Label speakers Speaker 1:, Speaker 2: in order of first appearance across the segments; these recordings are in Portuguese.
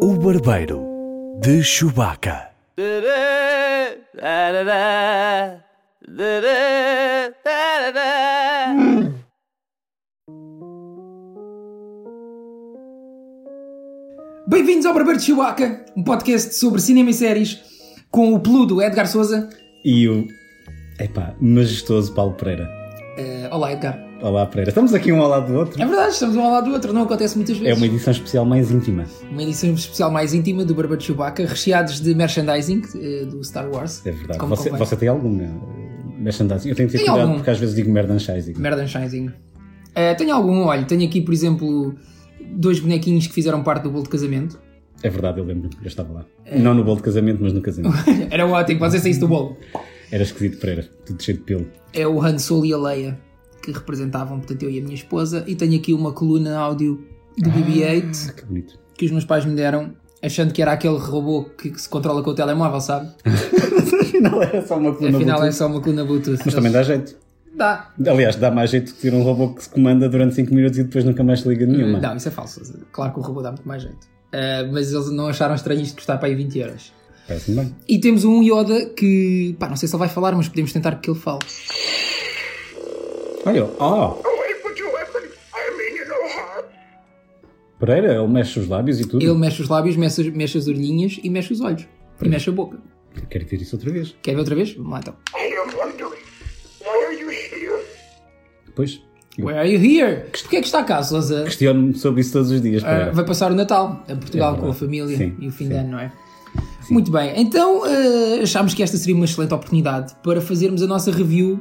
Speaker 1: O Barbeiro de Chewbacca.
Speaker 2: Bem-vindos ao Barbeiro de Chewbacca, um podcast sobre cinema e séries com o peludo Edgar Souza.
Speaker 3: e o. Epá, majestoso Paulo Pereira.
Speaker 2: Eh, olá, Edgar.
Speaker 3: Olá, Pereira. Estamos aqui um ao lado do outro.
Speaker 2: É verdade, estamos um ao lado do outro, não acontece muitas
Speaker 3: É
Speaker 2: vezes.
Speaker 3: uma edição especial mais íntima.
Speaker 2: Uma edição especial mais íntima do Barbeiro de Chewbacca, recheados de merchandising eh, do Star Wars.
Speaker 3: É verdade.
Speaker 2: Como
Speaker 3: Você,
Speaker 2: convém.
Speaker 3: você tem alguma eh, merchandising? Eu tenho que ter
Speaker 2: Tem
Speaker 3: cuidado
Speaker 2: algum.
Speaker 3: porque às vezes digo merchandising.
Speaker 2: Merchandising. Eh, tenho algum, olha, tenho aqui, por exemplo, dois bonequinhos que fizeram parte do bolo de casamento.
Speaker 3: É verdade, eu lembro-me. Eu estava lá.
Speaker 2: É.
Speaker 3: Não no bolo de casamento, mas no casamento.
Speaker 2: Era ótimo, vocês saísse do bolo.
Speaker 3: Era esquisito, Pereira. Tudo cheio de pelo.
Speaker 2: é o Han Solo e a Leia que representavam, portanto, eu e a minha esposa. E tenho aqui uma coluna áudio do BB-8
Speaker 3: Ah, que bonito.
Speaker 2: que os meus pais me deram, achando que era aquele robô que, que se controla com o telemóvel, sabe?
Speaker 3: Afinal, era só uma coluna
Speaker 2: Afinal, é
Speaker 3: Bluetooth.
Speaker 2: só uma coluna Bluetooth.
Speaker 3: Mas também dá jeito.
Speaker 2: Dá.
Speaker 3: Aliás, dá mais jeito que ter um robô que se comanda durante 5 minutos e depois nunca mais se liga nenhuma.
Speaker 2: Não, isso é falso. Claro que o robô dá muito mais jeito. Ah, mas eles não acharam estranho isto custar para aí 20 euros.
Speaker 3: Parece-me bem.
Speaker 2: E temos um Yoda que, pá, não sei se ele vai falar, mas podemos tentar que ele fale.
Speaker 3: Olha, ó.
Speaker 4: Oh, wait, put your weapon. I mean you no harm.
Speaker 3: Pereira, ele mexe os lábios e tudo.
Speaker 2: Ele mexe os lábios, mexe, as- mexe as orelhinhas e mexe os olhos. E mexe a boca.
Speaker 3: Eu Quero ter isso outra vez.
Speaker 2: Quer ver outra vez? Vamos lá então.
Speaker 4: I am wondering, why are you here?
Speaker 3: Depois.
Speaker 2: Where are you here? Porquê é que está cá, Sousa?
Speaker 3: Questiono-me sobre isso todos os dias.
Speaker 2: Ah,
Speaker 3: Pereira.
Speaker 2: vai passar o Natal a Portugal
Speaker 3: É
Speaker 2: com a
Speaker 3: verdade.
Speaker 2: família
Speaker 3: Sim,
Speaker 2: e o fim
Speaker 3: sim.
Speaker 2: de ano, não é? Muito bem, então ah, achámos que esta seria uma excelente oportunidade para fazermos a nossa review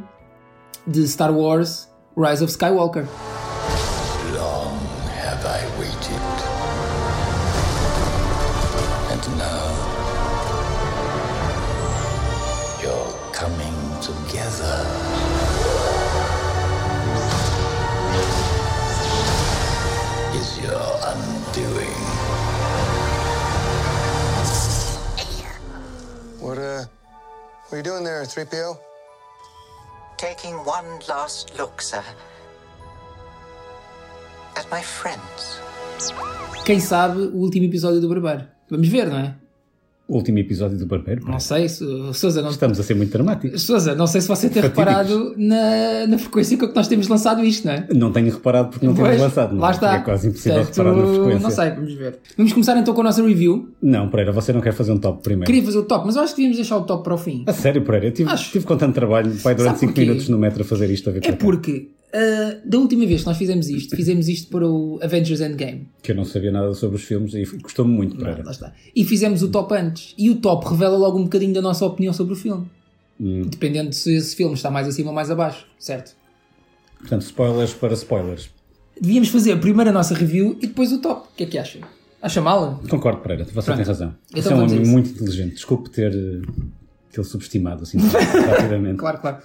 Speaker 2: de Star Wars Rise of Skywalker.
Speaker 5: Long have I waited. And now you're coming together. Is your undoing.
Speaker 6: What uh what are you doing there, 3PO?
Speaker 7: Taking one last look, sir, at my friends.
Speaker 2: Quem sabe o último episódio do Barbeiro? Vamos ver, não é?
Speaker 3: Último episódio do Barbeiro.
Speaker 2: Não sei, Su- Sousa, não,
Speaker 3: Estamos a ser muito dramáticos.
Speaker 2: Sousa, não sei se você tem
Speaker 3: Fatídicos.
Speaker 2: reparado na, na frequência com que nós temos lançado isto, não é?
Speaker 3: Não tenho reparado porque não
Speaker 2: Pois,
Speaker 3: temos lançado.
Speaker 2: lá
Speaker 3: mas
Speaker 2: está.
Speaker 3: É quase impossível
Speaker 2: Portanto,
Speaker 3: reparar na frequência.
Speaker 2: Não sei, vamos ver. Vamos começar então com a nossa review.
Speaker 3: Não, Pereira, você não quer fazer um top primeiro.
Speaker 2: Queria fazer o top, mas eu acho que devíamos deixar o top para o fim.
Speaker 3: A sério, Pereira, eu tive,
Speaker 2: Acho.
Speaker 3: tive com tanto trabalho, vai durante
Speaker 2: Sabe
Speaker 3: 5
Speaker 2: porquê?
Speaker 3: minutos no metro a fazer isto a ver
Speaker 2: É
Speaker 3: para cá.
Speaker 2: porque ah, da última vez que nós fizemos isto, fizemos isto para o Avengers Endgame.
Speaker 3: Que eu não sabia nada sobre os filmes e gostou-me muito, Pereira.
Speaker 2: Lá está. E fizemos o top antes. E o top revela logo um bocadinho da nossa opinião sobre o filme. Dependendo de se esse filme está mais acima ou mais abaixo, certo?
Speaker 3: Portanto, spoilers para spoilers.
Speaker 2: Devíamos fazer primeiro a nossa review e depois o top. O que é que acha? Acha mal?
Speaker 3: Concordo, Pereira, você tem razão.
Speaker 2: Então
Speaker 3: você é um
Speaker 2: vamos a
Speaker 3: homem
Speaker 2: isso.
Speaker 3: muito inteligente. Desculpe ter ele subestimado assim rapidamente.
Speaker 2: Claro, claro.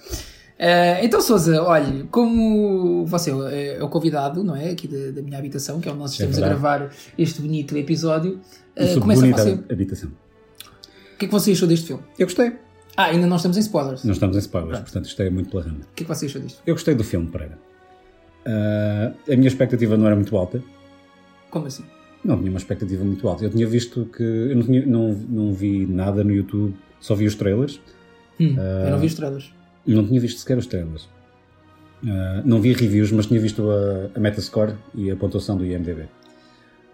Speaker 2: Ah, então, Souza, olha, como você é é o convidado, não é? Aqui da, da minha habitação, que é onde nós estamos a
Speaker 3: verdade. é.
Speaker 2: gravar este bonito episódio, ah,
Speaker 3: Isso
Speaker 2: começa
Speaker 3: bonita
Speaker 2: você.
Speaker 3: habitação.
Speaker 2: O que é que você achou deste filme?
Speaker 3: Eu gostei.
Speaker 2: Ah, ainda não estamos em spoilers.
Speaker 3: Não estamos em spoilers, portanto isto é muito pela rama.
Speaker 2: O que é que você achou disto?
Speaker 3: Eu gostei do filme, Pereira. Ah, a minha expectativa não era muito alta.
Speaker 2: Como assim?
Speaker 3: Não tinha uma expectativa muito alta. Eu tinha visto que. Eu não, tinha- não, não vi nada no YouTube, só vi os trailers.
Speaker 2: Hum,
Speaker 3: Ah.
Speaker 2: Eu não vi os trailers.
Speaker 3: Não tinha visto sequer os trailers. Ah, não vi reviews, mas tinha visto a, a Metascore e a pontuação do IMDb.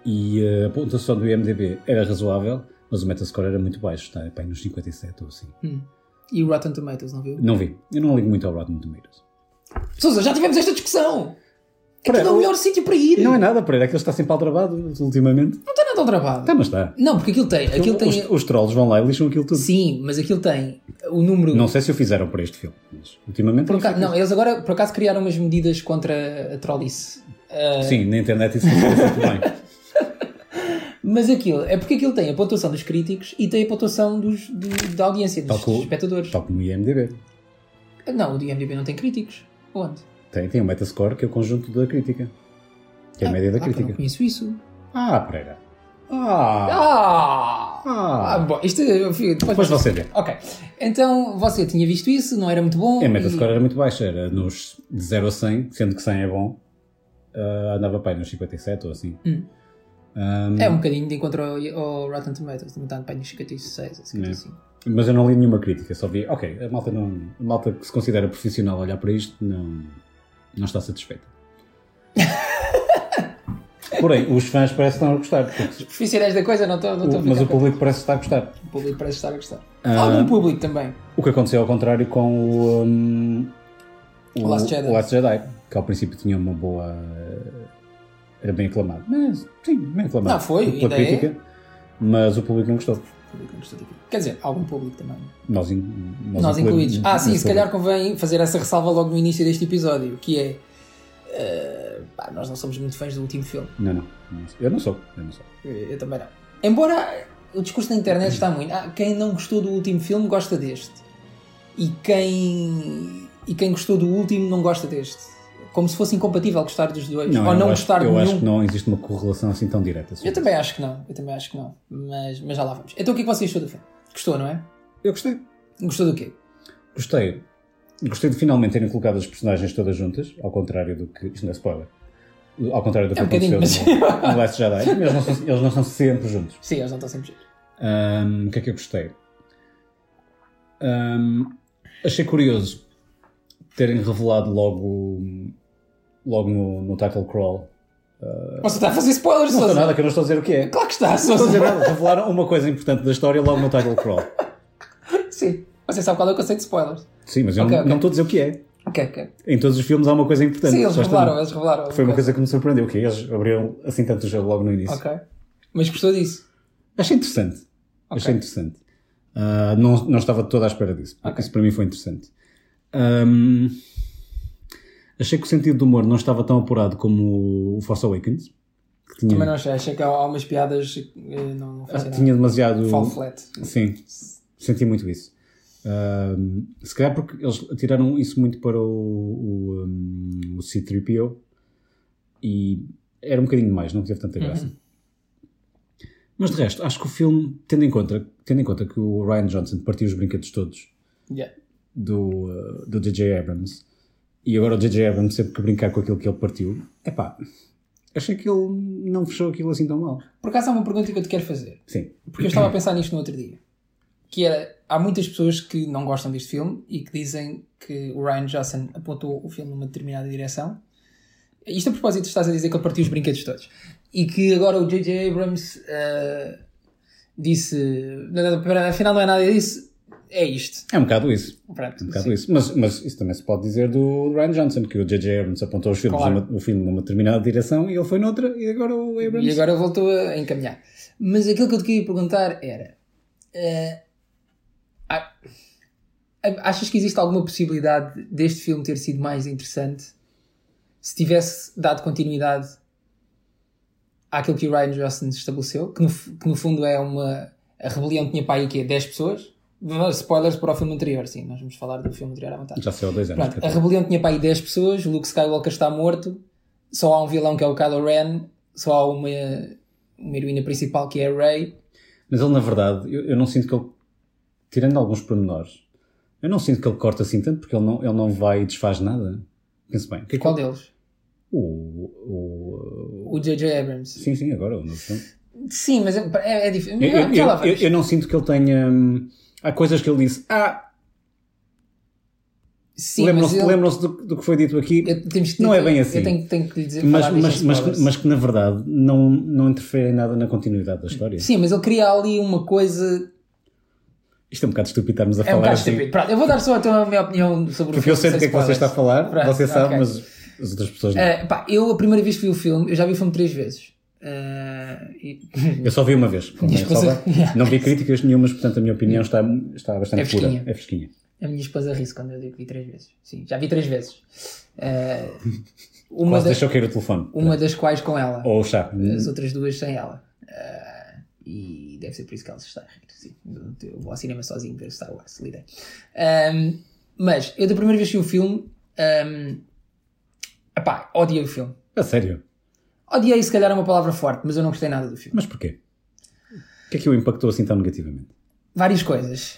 Speaker 3: E ah, a pontuação do IMDb era razoável, mas o Metascore era muito baixo, está bem nos 57 ou assim.
Speaker 2: E o Rotten Tomatoes, não viu?
Speaker 3: Não vi. Eu não ligo muito ao Rotten Tomatoes.
Speaker 2: Souza, já tivemos esta discussão!
Speaker 3: Pera,
Speaker 2: Aquilo é o
Speaker 3: o-
Speaker 2: melhor sítio para ir!
Speaker 3: Não
Speaker 2: Não,
Speaker 3: é nada, Pereira, é que ele está sempre aldrabado ultimamente.
Speaker 2: está nada ao trabalho.
Speaker 3: Está, Tá, mas está.
Speaker 2: Não, porque aquilo tem. Aquilo tem...
Speaker 3: Os, os trolls vão lá e lixam aquilo tudo.
Speaker 2: Sim, mas aquilo tem o número.
Speaker 3: Não sei se o fizeram para este filme, mas ultimamente.
Speaker 2: Por
Speaker 3: tem
Speaker 2: acaso-
Speaker 3: feito
Speaker 2: não, eles agora por acaso criaram umas medidas contra a trollice.
Speaker 3: isso. Sim, na internet isso funciona muito bem.
Speaker 2: Mas aquilo, é porque aquilo tem a pontuação dos críticos e tem a pontuação dos, do- da audiência, dos,
Speaker 3: Tal como-
Speaker 2: espectadores.
Speaker 3: Tal como o IMDB.
Speaker 2: Não, o IMDb não tem críticos. Onde?
Speaker 3: Tem, tem o Metascore, que é o conjunto da crítica. Que é a média da
Speaker 2: Ah, pá, Não
Speaker 3: crítica.
Speaker 2: conheço isso.
Speaker 3: Ah, Pereira. Ah!
Speaker 2: Ah! Ah,
Speaker 3: ah.
Speaker 2: bom, isto eu fico-
Speaker 3: Depois você vê. É,
Speaker 2: Ok. Então você tinha visto isso, não era muito bom.
Speaker 3: A Metascore
Speaker 2: e-
Speaker 3: era muito baixa, era nos de
Speaker 2: Hum.
Speaker 3: 0 a 100, sendo que 100 é bom. ah, andava pai nos 57 ou assim. Ahm,
Speaker 2: É um bocadinho de encontro ao, ao Rotten Tomatoes, também está em 56 ou
Speaker 3: Né.
Speaker 2: 55.
Speaker 3: Mas eu não li nenhuma crítica, só vi, ok, a malta, não, a malta que se considera profissional a olhar para isto não, não está satisfeita. Porém, os fãs parecem estar a gostar, porque-
Speaker 2: Profissionais da coisa, não estou não estou a
Speaker 3: mas
Speaker 2: ficar
Speaker 3: o público Ah. parece estar a gostar.
Speaker 2: contente. O público parece estar a gostar. Algum público também.
Speaker 3: O que aconteceu ao contrário com o, um,
Speaker 2: O Last Jedi.
Speaker 3: o Last Jedi, que ao princípio tinha uma boa. era bem aclamado. Mas, sim, bem aclamado.
Speaker 2: Não, foi,
Speaker 3: Pela
Speaker 2: ainda é.
Speaker 3: crítica, mas o público não gostou.
Speaker 2: Público não gostou daquilo. Quer dizer, algum público também.
Speaker 3: Nós, in- nós,
Speaker 2: Nós
Speaker 3: inclu-
Speaker 2: incluídos. Ah, sim,
Speaker 3: nós
Speaker 2: se calhar convém fazer essa ressalva logo no início deste episódio, que é. eh, pá, nós não somos muito fãs do último filme.
Speaker 3: Não, não. não sou. Eu não sou. Eu não sou.
Speaker 2: Eh, Eu também não. Embora o discurso na internet está muito. Ah, quem não gostou do último filme gosta deste. E quem. E quem gostou do último não gosta deste. Como se fosse incompatível gostar dos dois. ou
Speaker 3: eu
Speaker 2: não
Speaker 3: acho,
Speaker 2: gostar de
Speaker 3: Eu
Speaker 2: nenhum.
Speaker 3: acho que não existe uma correlação assim tão direta. sobre
Speaker 2: Eu também acho que não. Eu também acho que não. Mas, mas já lá vamos. Então o que é que você achou do filme? Gostou, não é?
Speaker 3: isso. Eu gostei.
Speaker 2: Gostou do quê?
Speaker 3: Gostei. Gostei de finalmente terem colocado as personagens todas juntas, ao contrário do que. Isto não é spoiler. Ao contrário do que
Speaker 2: É um bocadinho,
Speaker 3: aconteceu
Speaker 2: mas-
Speaker 3: no, no Last Jedi. Eles não, são, eles não são sempre juntos.
Speaker 2: Sim, eles não estão sempre. juntos.
Speaker 3: Ahm, o que é que eu gostei? Ahm, achei curioso terem revelado logo, logo no, no title crawl.
Speaker 2: Você está a fazer spoilers,
Speaker 3: Eh, Não
Speaker 2: Sousa?
Speaker 3: estou nada, que eu não estou a dizer o que é.
Speaker 2: Claro que está,
Speaker 3: Não estou a dizer
Speaker 2: Sousa.
Speaker 3: nada. Revelaram uma coisa importante da história logo no title crawl.
Speaker 2: Sim. Você sabe qual é o conceito de spoilers.
Speaker 3: Sim, mas eu
Speaker 2: Ok,
Speaker 3: não-
Speaker 2: ok.
Speaker 3: não estou a dizer o que é.
Speaker 2: Ok, ok.
Speaker 3: Em todos os filmes há uma coisa importante.
Speaker 2: Sim, eles
Speaker 3: Só esta
Speaker 2: revelaram,
Speaker 3: não.
Speaker 2: eles revelaram.
Speaker 3: Foi uma coisa que me surpreendeu, que eles abriram assim tanto o jogo logo no início.
Speaker 2: Ok. Mas gostou disso?
Speaker 3: Achei interessante. Achei interessante. Ah, não, não estava toda à espera disso. porque
Speaker 2: Ok.
Speaker 3: Isso para mim foi interessante. Ahm, achei que o sentido do humor não estava tão apurado como o Force Awakens. que tinha,
Speaker 2: Também não achei. Achei que há há umas piadas eh, não, não
Speaker 3: ah,
Speaker 2: funcionaram.
Speaker 3: tinha demasiado.
Speaker 2: Fall flat.
Speaker 3: Sim, senti muito isso. Ahm, se calhar porque eles tiraram isso muito para o, o, um, o C3PO e era um bocadinho mais, não teve tanta graça. Mas de resto, acho que o filme, tendo em, conta, tendo em conta que o Ryan Johnson partiu os brinquedos todos
Speaker 2: Yeah.
Speaker 3: do uh, do J.J. Abrams e agora o J.J. Abrams sempre que brincar com aquilo que ele partiu, epá, achei que ele não fechou aquilo assim tão mal.
Speaker 2: Por acaso há uma pergunta que eu te quero fazer.
Speaker 3: Sim,
Speaker 2: Porque eu estava a pensar nisto no outro dia. Que era, há muitas pessoas que não gostam deste filme e que dizem que o Ryan Johnson apontou o filme numa determinada direção. Isto a propósito, estás a dizer que ele partiu os brinquedos todos. E que agora o J.J. Abrams ah, disse: "Não, não, espera, afinal não é nada disso, é isto.
Speaker 3: é um bocado isso.
Speaker 2: Pronto,
Speaker 3: Um bocado
Speaker 2: sim.
Speaker 3: isso. Mas, mas isso também se pode dizer do Ryan Johnson, que o J.J. Abrams apontou os filmes
Speaker 2: Claro.
Speaker 3: numa, o filme numa determinada direção e ele foi noutra, e agora o Abrams.
Speaker 2: E agora voltou a encaminhar. Mas aquilo que eu te queria perguntar era: eh, a- a- achas que existe alguma possibilidade deste filme ter sido mais interessante se tivesse dado continuidade àquilo que o Ryan Johnson estabeleceu? Que no, fu- que no fundo é uma. A rebelião tinha para aí o quê? 10 pessoas? Não, Spoilers para o filme anterior, sim, nós vamos falar do filme anterior à vontade.
Speaker 3: Já saiu há dois anos.
Speaker 2: Pronto,
Speaker 3: que
Speaker 2: a
Speaker 3: eu tenho.
Speaker 2: rebelião tinha para aí 10 pessoas, o Luke Skywalker está morto, só há um vilão que é o Kylo Ren, só há uma, uma heroína principal que é a Rey.
Speaker 3: Mas ele, na verdade, eu, eu não sinto que ele. Tirando alguns pormenores, eu não sinto que ele corta assim tanto, porque ele não, ele não vai e desfaz nada. Pense bem. o que é que
Speaker 2: Qual
Speaker 3: ele-
Speaker 2: deles?
Speaker 3: O, o,
Speaker 2: O J.J. Abrams.
Speaker 3: Sim, sim, agora o novo filme.
Speaker 2: Sim, mas é, é, é diferente.
Speaker 3: Eu, eu-
Speaker 2: Já lá
Speaker 3: eu-
Speaker 2: vamos.
Speaker 3: eu não sinto que ele tenha. hum, Há coisas que ele disse. Ah,
Speaker 2: Sim, mas
Speaker 3: lembram-se
Speaker 2: ele-
Speaker 3: lembram-se do, do que foi dito aqui.
Speaker 2: eu- temos que-
Speaker 3: não é bem assim.
Speaker 2: Eu tenho, tenho que lhe dizer.
Speaker 3: mas,
Speaker 2: falar disto
Speaker 3: mas,
Speaker 2: em
Speaker 3: mas,
Speaker 2: spoilers.
Speaker 3: mas que na verdade não, não interfere em nada na continuidade da história.
Speaker 2: Sim, mas ele cria ali uma coisa.
Speaker 3: Isto é um bocado estúpido estarmos a
Speaker 2: É um
Speaker 3: falar
Speaker 2: bocado
Speaker 3: assim.
Speaker 2: estúpido. Pronto, eu vou dar só então a minha opinião sobre o
Speaker 3: Porque eu sei do
Speaker 2: sem
Speaker 3: que é que você
Speaker 2: spoilers.
Speaker 3: está a falar,
Speaker 2: Pronto,
Speaker 3: você sabe,
Speaker 2: ok.
Speaker 3: mas as outras pessoas não.
Speaker 2: Eh, pá, eu a primeira vez que vi o filme, eu já vi o filme três vezes. Eh, e-
Speaker 3: Eu só vi uma vez. convém
Speaker 2: esposa-
Speaker 3: salvar.
Speaker 2: Yeah.
Speaker 3: Não vi críticas nenhumas, portanto a minha opinião está, está bastante
Speaker 2: É fresquinha.
Speaker 3: pura. É fresquinha.
Speaker 2: A minha esposa ri-se quando eu digo que vi três vezes. Sim, já vi três vezes. Eh, uma,
Speaker 3: Quase
Speaker 2: da-
Speaker 3: deixou cair o telefone.
Speaker 2: uma das quais com ela.
Speaker 3: Ou o chá.
Speaker 2: As outras duas sem ela. Eh, e deve ser por isso que ela se está a rir. Sim, eu- eu vou ao cinema sozinho ver Star Wars, lidei. Ahm, mas eu da primeira vez que vi o filme. ahm, epá, odiei o filme.
Speaker 3: A sério?
Speaker 2: Odiei, se calhar é uma palavra forte, mas eu não gostei nada do filme.
Speaker 3: Mas porquê? O que é que o impactou assim tão negativamente?
Speaker 2: Várias coisas.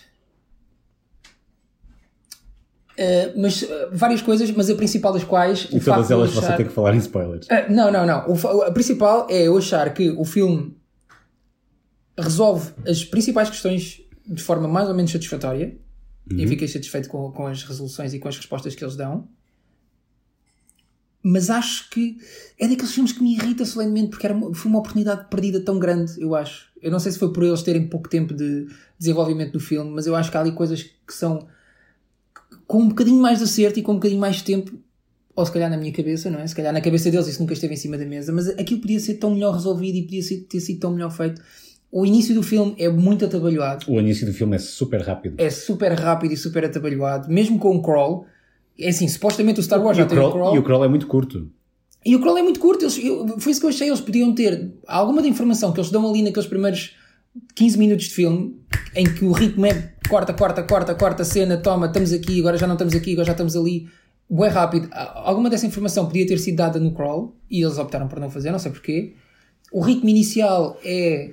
Speaker 2: Eh, mas eh, várias coisas, mas a principal das quais.
Speaker 3: E
Speaker 2: o facto
Speaker 3: todas
Speaker 2: de eu
Speaker 3: elas você
Speaker 2: achar-
Speaker 3: tem que falar em spoilers.
Speaker 2: Ah, Não, não, não. O fa- a principal é eu achar que o filme resolve as principais questões de forma mais ou menos satisfatória. E fiquei satisfeito com, com as resoluções e com as respostas que eles dão. Mas acho que é daqueles filmes que me irrita solenemente porque era uma- foi uma oportunidade perdida tão grande, eu acho. Eu não sei se foi por eles terem pouco tempo de desenvolvimento do filme, mas eu acho que há ali coisas que são com um bocadinho mais de acerto e com um bocadinho mais de tempo ou se calhar na minha cabeça, não é? Se calhar na cabeça deles isso nunca esteve em cima da mesa, mas aquilo podia ser tão melhor resolvido e podia ser- ter sido tão melhor feito. O início do filme é muito atabalhoado,
Speaker 3: O início do filme é super rápido.
Speaker 2: é super rápido e super atabalhoado, mesmo com o crawl. É assim, supostamente o Star Wars
Speaker 3: e,
Speaker 2: já
Speaker 3: o
Speaker 2: tem o
Speaker 3: crawl,
Speaker 2: crawl.
Speaker 3: e o crawl é muito curto.
Speaker 2: E o crawl é muito curto, eles, eu- foi isso que eu achei. Eles podiam ter alguma da informação que eles dão ali naqueles primeiros 15 minutos de filme, em que o ritmo é corta, corta, corta, corta, cena, toma, estamos aqui, agora já não estamos aqui, agora já estamos ali. Bué rápido. A- Alguma dessa informação podia ter sido dada no crawl e eles optaram por não fazer, não sei porquê. O ritmo inicial é.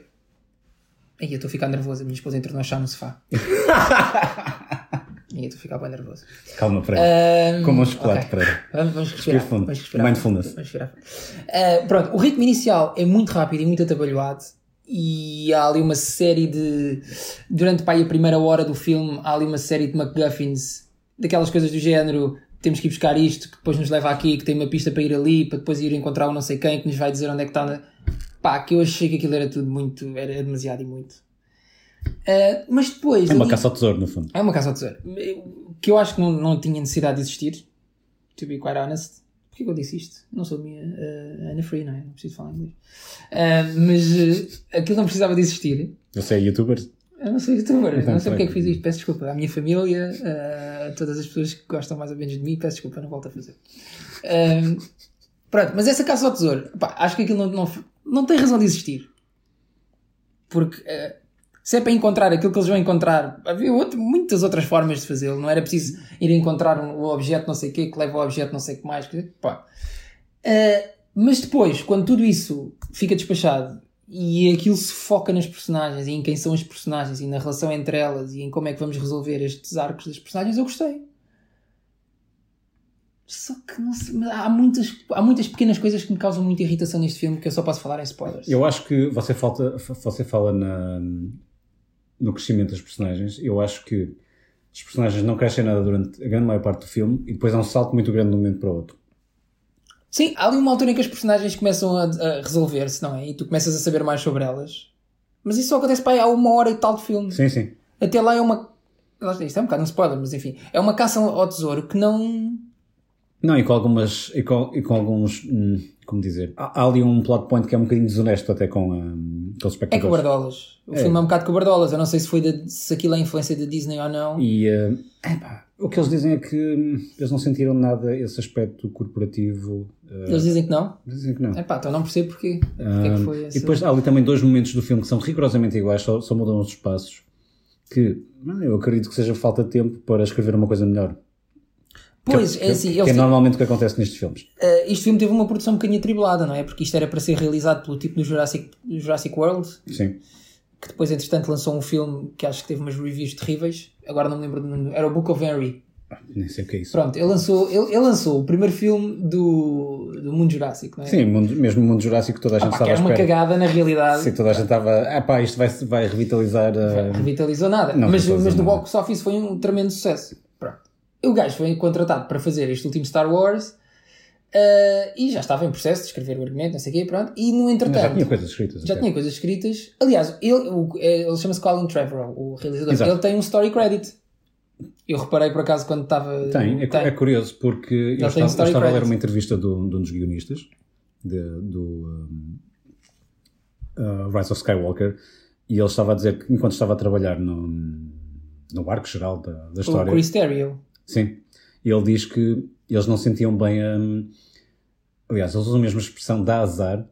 Speaker 2: Aí eu estou a ficar nervoso, a minha esposa entrou no chá no sofá. Aí eu estou a ficar bem nervoso.
Speaker 3: Calma, Pereira. Como um chocolate,
Speaker 2: ok.
Speaker 3: Pereira.
Speaker 2: Vamos, vamos respirar.
Speaker 3: Respira fundo.
Speaker 2: Vamos respirar.
Speaker 3: Mindfulness.
Speaker 2: Vamos respirar. Uh, pronto, o ritmo inicial é muito rápido e muito atabalhoado. E há ali uma série de. Durante pá, aí a primeira hora do filme, há ali uma série de MacGuffins, daquelas coisas do género. Temos que ir buscar isto, que depois nos leva aqui, que tem uma pista para ir ali, para depois ir encontrar o não sei quem, que nos vai dizer onde é que está. na- Pá, que eu achei que aquilo era tudo muito. Era demasiado e muito. Uh, mas depois.
Speaker 3: É uma
Speaker 2: ali-
Speaker 3: caça ao tesouro, no fundo.
Speaker 2: é uma caça ao tesouro. Que eu acho que não, não tinha necessidade de existir. To be quite honest. Porquê que eu disse isto? Não sou minha eh, Ana Free, não é? Não preciso falar inglês. Ah, mas eh, aquilo não precisava de existir.
Speaker 3: Você é youtuber?
Speaker 2: Eu não sou youtuber,
Speaker 3: Então,
Speaker 2: não sei
Speaker 3: foi.
Speaker 2: porque é que fiz isto. Peço desculpa à minha família, ah, a todas as pessoas que gostam mais ou menos de mim. Peço desculpa, não volto a fazer. Ah, pronto, mas essa caça ao tesouro, pá, acho que aquilo não, não, não tem razão de existir. Porque ah, se é para encontrar aquilo que eles vão encontrar, havia outro- muitas outras formas de fazê-lo. Não era preciso ir encontrar um- o objeto não sei o quê, que leva o objeto não sei o que mais. Que, pá. Ah, mas depois, quando tudo isso fica despachado e aquilo se foca nas personagens e em quem são as personagens e na relação entre elas e em como é que vamos resolver estes arcos das personagens, eu gostei. Só que não sei, mas há muitas, há muitas pequenas coisas que me causam muita irritação neste filme que eu só posso falar em spoilers.
Speaker 3: Eu acho que você, falta, você fala na- no crescimento das personagens. Eu acho que as personagens não crescem nada durante a grande maior parte do filme e depois há um salto muito grande de um momento para o outro.
Speaker 2: Sim, há ali uma altura em que as personagens começam a, a resolver-se, não é? E tu começas a saber mais sobre elas. Mas isso só acontece para aí há uma hora e tal de filme.
Speaker 3: Sim, sim.
Speaker 2: Até lá é uma. Isto é um bocado um spoiler, mas enfim. É uma caça ao tesouro que não.
Speaker 3: Não, e com algumas. E com, e com alguns. hum, como dizer? Há, há ali um plot point que é um bocadinho desonesto até com, hum, com os
Speaker 2: É
Speaker 3: espectadores.
Speaker 2: cobardolas. O filme é um bocado cobardolas. Eu não sei se, foi da- se aquilo é influência da Disney ou não.
Speaker 3: E eh, epá, o que eles dizem é que hum, eles não sentiram nada esse aspecto corporativo. eh,
Speaker 2: Eles dizem que não.
Speaker 3: dizem que não.
Speaker 2: Epá, então não percebo porquê. Porquê é que foi
Speaker 3: Hum,
Speaker 2: essa...
Speaker 3: e depois há ali também dois momentos do filme que são rigorosamente iguais, só, só mudam os espaços. Que hum, eu acredito que seja falta de tempo para escrever uma coisa melhor.
Speaker 2: Pois,
Speaker 3: que,
Speaker 2: é assim.
Speaker 3: que,
Speaker 2: eles
Speaker 3: é normalmente o que acontece nestes filmes.
Speaker 2: Uh, este filme teve uma produção um bocadinho atribulada, não é? Porque isto era para ser realizado pelo tipo do Jurassic, do Jurassic World,
Speaker 3: Sim.
Speaker 2: que depois, entretanto, lançou um filme que acho que teve umas reviews terríveis. Agora não me lembro do nome. Era o Book of Henry.
Speaker 3: Nem sei o que é isso.
Speaker 2: Pronto, ele lançou, ele, ele lançou o primeiro filme do, do mundo Jurássico, não é?
Speaker 3: Sim, mundo- mesmo o mundo jurássico toda a gente
Speaker 2: Ah, Pá, que
Speaker 3: estava à
Speaker 2: era uma
Speaker 3: espera.
Speaker 2: cagada na realidade.
Speaker 3: Sim, toda a gente estava. Ah pá, isto vai, vai revitalizar.
Speaker 2: Não
Speaker 3: eh,
Speaker 2: revitalizou nada.
Speaker 3: Não
Speaker 2: mas
Speaker 3: revitalizou
Speaker 2: mas no
Speaker 3: nada.
Speaker 2: box office foi um tremendo sucesso. Pronto. O gajo foi contratado para fazer este último Star Wars eh, e já estava em processo de escrever o argumento, não sei o quê, pronto. E no
Speaker 3: mas já
Speaker 2: entretanto.
Speaker 3: tinha coisas escritas.
Speaker 2: Já
Speaker 3: até.
Speaker 2: tinha coisas escritas. Aliás, ele, o- é- ele chama-se Colin Trevorrow, o realizador.
Speaker 3: Exato.
Speaker 2: Ele tem um story credit. Eu reparei por acaso quando estava.
Speaker 3: Tem, é, cu- é curioso porque eu
Speaker 2: tem
Speaker 3: estava, eu
Speaker 2: story
Speaker 3: estava a ler
Speaker 2: credits.
Speaker 3: uma entrevista do- de um dos guionistas de- do um, uh, Rise of Skywalker e ele estava a dizer que enquanto estava a trabalhar no, no arco geral da, da
Speaker 2: o
Speaker 3: história,
Speaker 2: Chris Terrio.
Speaker 3: sim, ele diz que eles não sentiam bem a. Aliás, eles usam a mesma expressão dá azar.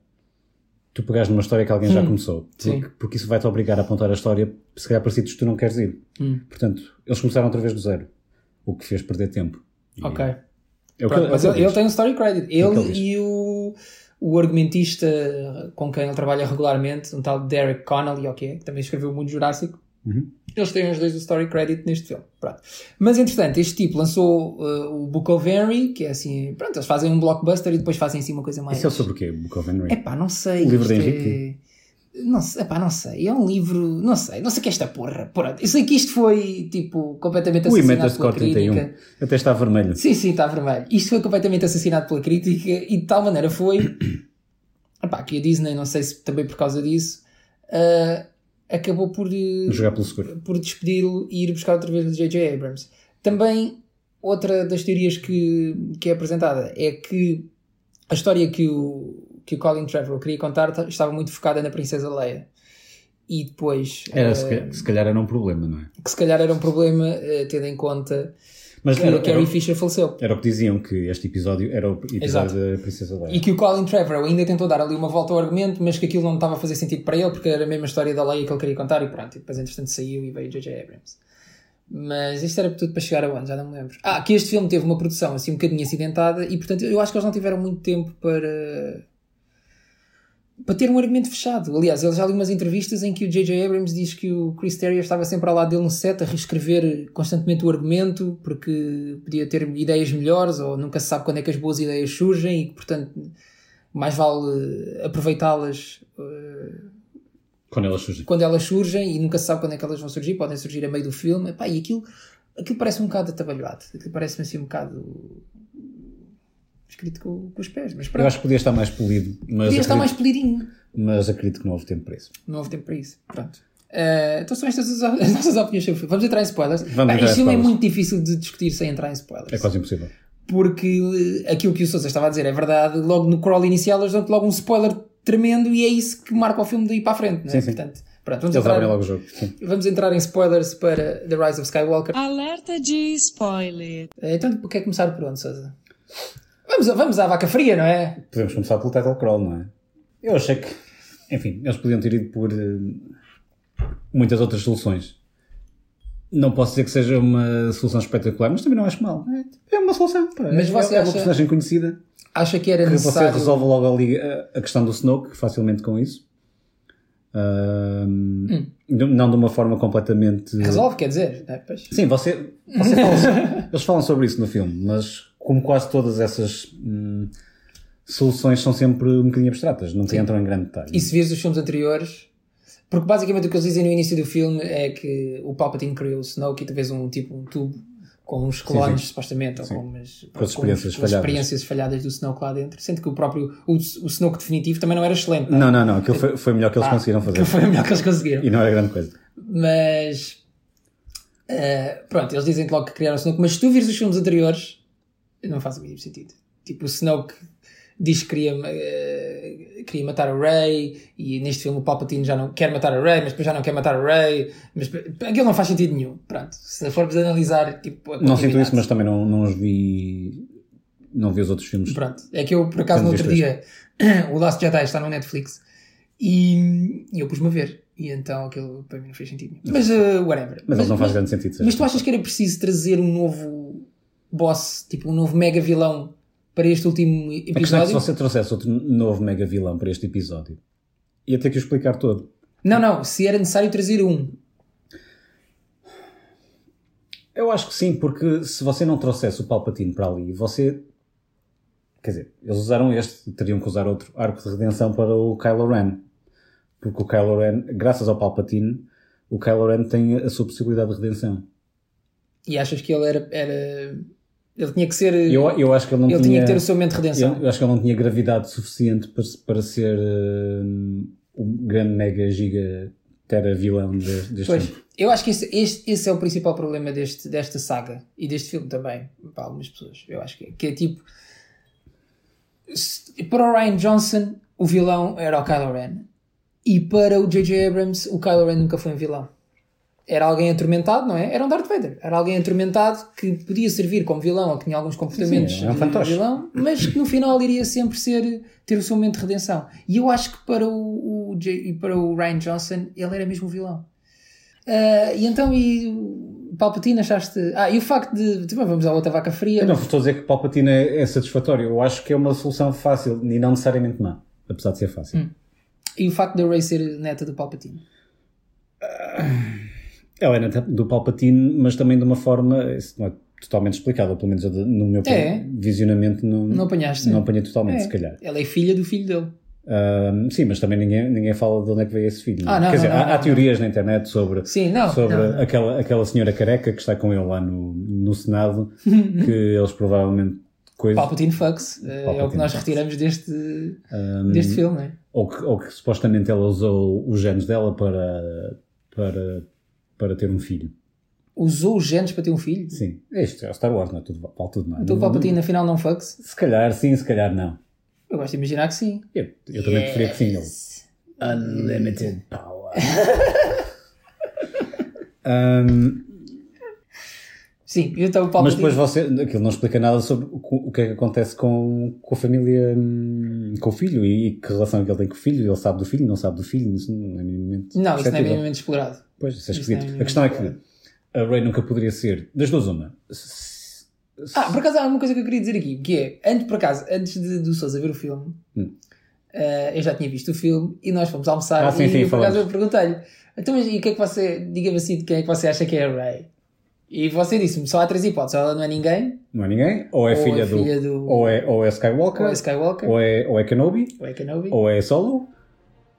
Speaker 3: Tu pegares numa história que alguém já começou,
Speaker 2: Hum. sim.
Speaker 3: porque, porque isso vai-te obrigar a apontar a história, se calhar, para sítios que tu não queres ir.
Speaker 2: Hum.
Speaker 3: Portanto, eles começaram outra vez do zero, o que fez perder tempo. E-
Speaker 2: Ok.
Speaker 3: é o que-
Speaker 2: Pronto,
Speaker 3: é o
Speaker 2: mas
Speaker 3: que
Speaker 2: ele,
Speaker 3: diz.
Speaker 2: ele tem um story credit.
Speaker 3: que
Speaker 2: Ele
Speaker 3: ele diz.
Speaker 2: e o, o argumentista com quem ele trabalha regularmente, um tal Derek Connolly, ok, que também escreveu o Mundo Jurássico,
Speaker 3: Uhum.
Speaker 2: Eles têm os dois o story credit neste filme. Pronto. Mas entretanto, este tipo lançou uh, o Book of Henry, que é assim, pronto, eles fazem um blockbuster e depois fazem assim uma coisa mais.
Speaker 3: Isso é sobre o quê? Book of Henry?
Speaker 2: É pá, não sei.
Speaker 3: O livro de
Speaker 2: Isto
Speaker 3: Henrique?
Speaker 2: É... Não, sei- epá, não sei. É um livro. Não sei. Não sei o que é esta porra. Porra. Eu sei que isto foi tipo completamente
Speaker 3: Ui,
Speaker 2: assassinado pela
Speaker 3: Metascore
Speaker 2: crítica.
Speaker 3: 31. Até está vermelho.
Speaker 2: Sim, sim, está vermelho. Isto foi completamente assassinado pela crítica e de tal maneira foi. Epá, que a Disney, não sei se também por causa disso, ah, acabou por. eh,
Speaker 3: Jogar pelo seguro.
Speaker 2: por despedi-lo e ir buscar outra vez o J.J. Abrams. Também, outra das teorias que, que é apresentada é que a história que o, que o Colin Trevorrow queria contar ta- estava muito focada na Princesa Leia. E depois,
Speaker 3: Era,
Speaker 2: eh,
Speaker 3: se, ca- se calhar era um problema, não é?
Speaker 2: que se calhar era um problema, eh, tendo em conta
Speaker 3: Mas
Speaker 2: que
Speaker 3: era,
Speaker 2: a
Speaker 3: era, um
Speaker 2: Carrie Fisher faleceu.
Speaker 3: era o que diziam, que este episódio era o episódio
Speaker 2: Exato.
Speaker 3: da Princesa Leia.
Speaker 2: E que o Colin Trevorrow ainda tentou dar ali uma volta ao argumento, mas que aquilo não estava a fazer sentido para ele, porque era a mesma história da Leia que ele queria contar e pronto. E depois, entretanto, saiu e veio J.J. Abrams. Mas isto era tudo para chegar aonde? Já não me lembro. Ah, que este filme teve uma produção assim um bocadinho acidentada e, portanto, eu acho que eles não tiveram muito tempo para. Para ter um argumento fechado. Aliás, eu já li umas entrevistas em que o J.J. Abrams diz que o Chris Terrio estava sempre ao lado dele no set a reescrever constantemente o argumento porque podia ter ideias melhores ou nunca se sabe quando é que as boas ideias surgem e que, portanto, mais vale eh, aproveitá-las eh,
Speaker 3: Quando elas surgem.
Speaker 2: quando elas surgem e nunca se sabe quando é que elas vão surgir, podem surgir a meio do filme. Epá, e aquilo, aquilo parece um bocado atabalhoado, aquilo parece-me assim um bocado escrito com, com os pés, mas
Speaker 3: Eu
Speaker 2: pronto,
Speaker 3: acho que é podia estar mais polido, mas,
Speaker 2: podia estar
Speaker 3: acredito,
Speaker 2: mais polidinho,
Speaker 3: mas acredito que não houve tempo para isso.
Speaker 2: não houve tempo para isso. Pronto. Eh, então são estas as, as nossas opiniões sobre o filme. Vamos entrar em spoilers.
Speaker 3: Vamos entrar em
Speaker 2: este filme é
Speaker 3: spoilers.
Speaker 2: muito difícil de discutir sem entrar em spoilers.
Speaker 3: É quase impossível.
Speaker 2: porque eh, aquilo que o Sousa estava a dizer é verdade, logo no crawl inicial eles dão-te logo um spoiler tremendo e é isso que marca o filme daí para a frente, não é?
Speaker 3: Sim, sim.
Speaker 2: Portanto, pronto, vamos,
Speaker 3: Eles abrem
Speaker 2: entrar,
Speaker 3: logo o jogo. Sim.
Speaker 2: vamos entrar em spoilers para The Rise of Skywalker.
Speaker 8: Alerta de spoiler.
Speaker 2: Eh, Então, quer começar por onde, Sousa? Vamos, vamos à vaca fria, não é?
Speaker 3: Podemos começar pelo title crawl, não é? Eu achei que, enfim, eles podiam ter ido por eh, muitas outras soluções. Não posso dizer que seja uma solução espetacular, mas também não acho mal. É, é uma solução. pá.
Speaker 2: Mas
Speaker 3: É-
Speaker 2: você
Speaker 3: é,
Speaker 2: acha-
Speaker 3: uma personagem conhecida
Speaker 2: Acha que era
Speaker 3: que você
Speaker 2: necessário.
Speaker 3: resolve logo ali a, a questão do Snoke facilmente com isso. Ahm, de- Não de uma forma completamente.
Speaker 2: Hum. Resolve, quer dizer. né? Pois.
Speaker 3: Sim, você, você fala so- eles falam sobre isso no filme, mas como quase todas essas hum, soluções são sempre um bocadinho abstratas, nunca entram em grande detalhe.
Speaker 2: E se vires os filmes anteriores. Porque basicamente o que eles dizem no início do filme é que o Palpatine criou o Snoke e talvez um tipo um tubo com uns clones,
Speaker 3: sim.
Speaker 2: supostamente, ou
Speaker 3: Sim.
Speaker 2: com umas,
Speaker 3: Com as experiências
Speaker 2: com as
Speaker 3: falhadas.
Speaker 2: experiências falhadas do Snoke lá dentro. Sendo que o próprio o, o Snoke definitivo também não era excelente.
Speaker 3: Não, não, não, aquilo foi, foi o melhor que eles conseguiram fazer.
Speaker 2: Que Ah, foi o melhor que eles conseguiram.
Speaker 3: E não era grande coisa.
Speaker 2: Mas eh, pronto, eles dizem logo que criaram o Snoke, mas se tu vires os filmes anteriores, não faz o mínimo sentido. Tipo, o Snoke diz que queria, eh, queria matar a Rey, e neste filme o Palpatine já não quer matar a Rey, mas depois já não quer matar a Rey, mas depois- aquilo não faz sentido nenhum. Pronto, se formos analisar, tipo, a
Speaker 3: Não sinto isso,
Speaker 2: continuidade.
Speaker 3: mas também não, não os vi. Não vi os outros filmes.
Speaker 2: Pronto, é que eu por acaso no
Speaker 3: Quando
Speaker 2: outro
Speaker 3: viste
Speaker 2: dia o Last Jedi está no Netflix e, e eu pus-me a ver, e então aquilo para mim não fez sentido nenhum. Mas eh, whatever.
Speaker 3: Mas, eles não faz grande sentido. seja
Speaker 2: Mas tu
Speaker 3: assim.
Speaker 2: achas que era preciso trazer um novo boss, tipo um novo mega vilão para este último
Speaker 3: A questão é que
Speaker 2: episódio?
Speaker 3: se você trouxesse outro novo mega vilão para este episódio, ia ter que o explicar todo.
Speaker 2: Não, não, se era necessário trazer um.
Speaker 3: Eu acho que sim, porque se você não trouxesse o Palpatine para ali, você. Quer dizer, eles usaram este, teriam que usar outro arco de redenção para o Kylo Ren. Porque o Kylo Ren, graças ao Palpatine, o Kylo Ren tem a sua possibilidade de redenção.
Speaker 2: E achas que ele era. era... Ele tinha que ser.
Speaker 3: Eu, eu acho que ele não
Speaker 2: ele tinha...
Speaker 3: tinha.
Speaker 2: que ter o seu momento de redenção.
Speaker 3: eu, eu acho que ele não tinha gravidade suficiente para, se- para ser hum, o grande mega giga tera vilão de- deste
Speaker 2: Pois,
Speaker 3: filme.
Speaker 2: eu acho que esse, este, esse é o principal problema deste, desta saga e deste filme também, para algumas pessoas. Eu acho que, é- que é tipo. se- Para o Ryan Johnson, o vilão era o Kylo Ren. E para o J.J. Abrams, o Kylo Ren nunca foi um vilão. Era alguém atormentado, não é? Era um Darth Vader. Era alguém atormentado que podia servir como vilão ou que tinha alguns comportamentos
Speaker 3: Sim, é um
Speaker 2: de
Speaker 3: fantoche.
Speaker 2: vilão, mas que no final iria sempre ser, ter o seu momento de redenção. E eu acho que para o, o J- e para o Ryan Johnson, ele era mesmo um vilão. Ah, e então, e o Palpatine achaste. Ah, e o facto de. Também vamos à outra vaca fria.
Speaker 3: Eu não estou a dizer que o Palpatine é, é satisfatório. Eu acho que é uma solução fácil e não necessariamente má. Apesar de ser fácil.
Speaker 2: E o facto de a Ray ser neta do Palpatine.
Speaker 3: Ela era do Palpatine, mas também de uma forma. Isso não é totalmente explicável, pelo menos eu, no meu
Speaker 2: É.
Speaker 3: visionamento não,
Speaker 2: Não apanhaste?
Speaker 3: não apanhei totalmente,
Speaker 2: É.
Speaker 3: Hum, se calhar.
Speaker 2: Ela é filha do filho dele.
Speaker 3: Ahm, sim, mas também ninguém, ninguém fala de onde é que veio esse filho.
Speaker 2: Ah, não,
Speaker 3: Quer dizer,
Speaker 2: não,
Speaker 3: há,
Speaker 2: não,
Speaker 3: há
Speaker 2: não.
Speaker 3: teorias na internet sobre,
Speaker 2: Sim, não,
Speaker 3: sobre
Speaker 2: não, não.
Speaker 3: Aquela, aquela senhora careca que está com ele lá no, no Senado, que eles provavelmente. Coisa,
Speaker 2: Palpatine Fucks eh, é o que
Speaker 3: Palpatine
Speaker 2: nós
Speaker 3: fucks. Hum.
Speaker 2: retiramos deste, deste filme, não é?
Speaker 3: ou que, ou que supostamente ela usou os genes dela para, para, para ter um filho.
Speaker 2: Usou os genes para ter um filho?
Speaker 3: Sim, isto é o Star Wars, não é? Tudo, vale tudo, não é?
Speaker 2: Então o
Speaker 3: Não-
Speaker 2: Palpatine afinal não fucks?
Speaker 3: Se calhar sim, se calhar não.
Speaker 2: Eu gosto de imaginar que sim.
Speaker 3: Eu, eu
Speaker 2: é
Speaker 3: também preferia que sim. Ele.
Speaker 9: Unlimited power.
Speaker 3: Ahm,
Speaker 2: Sim, então o
Speaker 3: Um, mas
Speaker 2: Palpatine...
Speaker 3: depois você, aquilo não explica nada sobre o, co- o que é que acontece com, com a família, hum, com o filho e, e que relação é que ele tem com o filho. Ele sabe do filho, não sabe do filho, isso não é minimamente.
Speaker 2: Não, isso não é
Speaker 3: perceptível.
Speaker 2: minimamente explorado.
Speaker 3: Pois, isso é
Speaker 2: Isso
Speaker 3: esquisito.
Speaker 2: não é
Speaker 3: a questão é que a Ray nunca poderia ser, das duas, uma. Se- se-
Speaker 2: Ah, por acaso há uma coisa que eu queria dizer aqui, que é, antes, por acaso, antes de, do Sousa ver o filme,
Speaker 3: Hum.
Speaker 2: eh, eu já tinha visto o filme e nós fomos almoçar
Speaker 3: Ah, sim,
Speaker 2: e
Speaker 3: sim,
Speaker 2: eu, por acaso eu
Speaker 3: falamos.
Speaker 2: perguntei-lhe, então mas e o que é que você, diga-me assim, de quem é que você acha que é a Ray? E você disse-me, só há três hipóteses, ela não é ninguém,
Speaker 3: Não é ninguém?
Speaker 2: Ou
Speaker 3: Ou é
Speaker 2: é
Speaker 3: filha, do,
Speaker 2: filha do-
Speaker 3: Ou é, ou é Skywalker.
Speaker 2: ou é Skywalker,
Speaker 3: Ou é, ou é Kenobi.
Speaker 2: ou é Kenobi,
Speaker 3: Ou é Solo.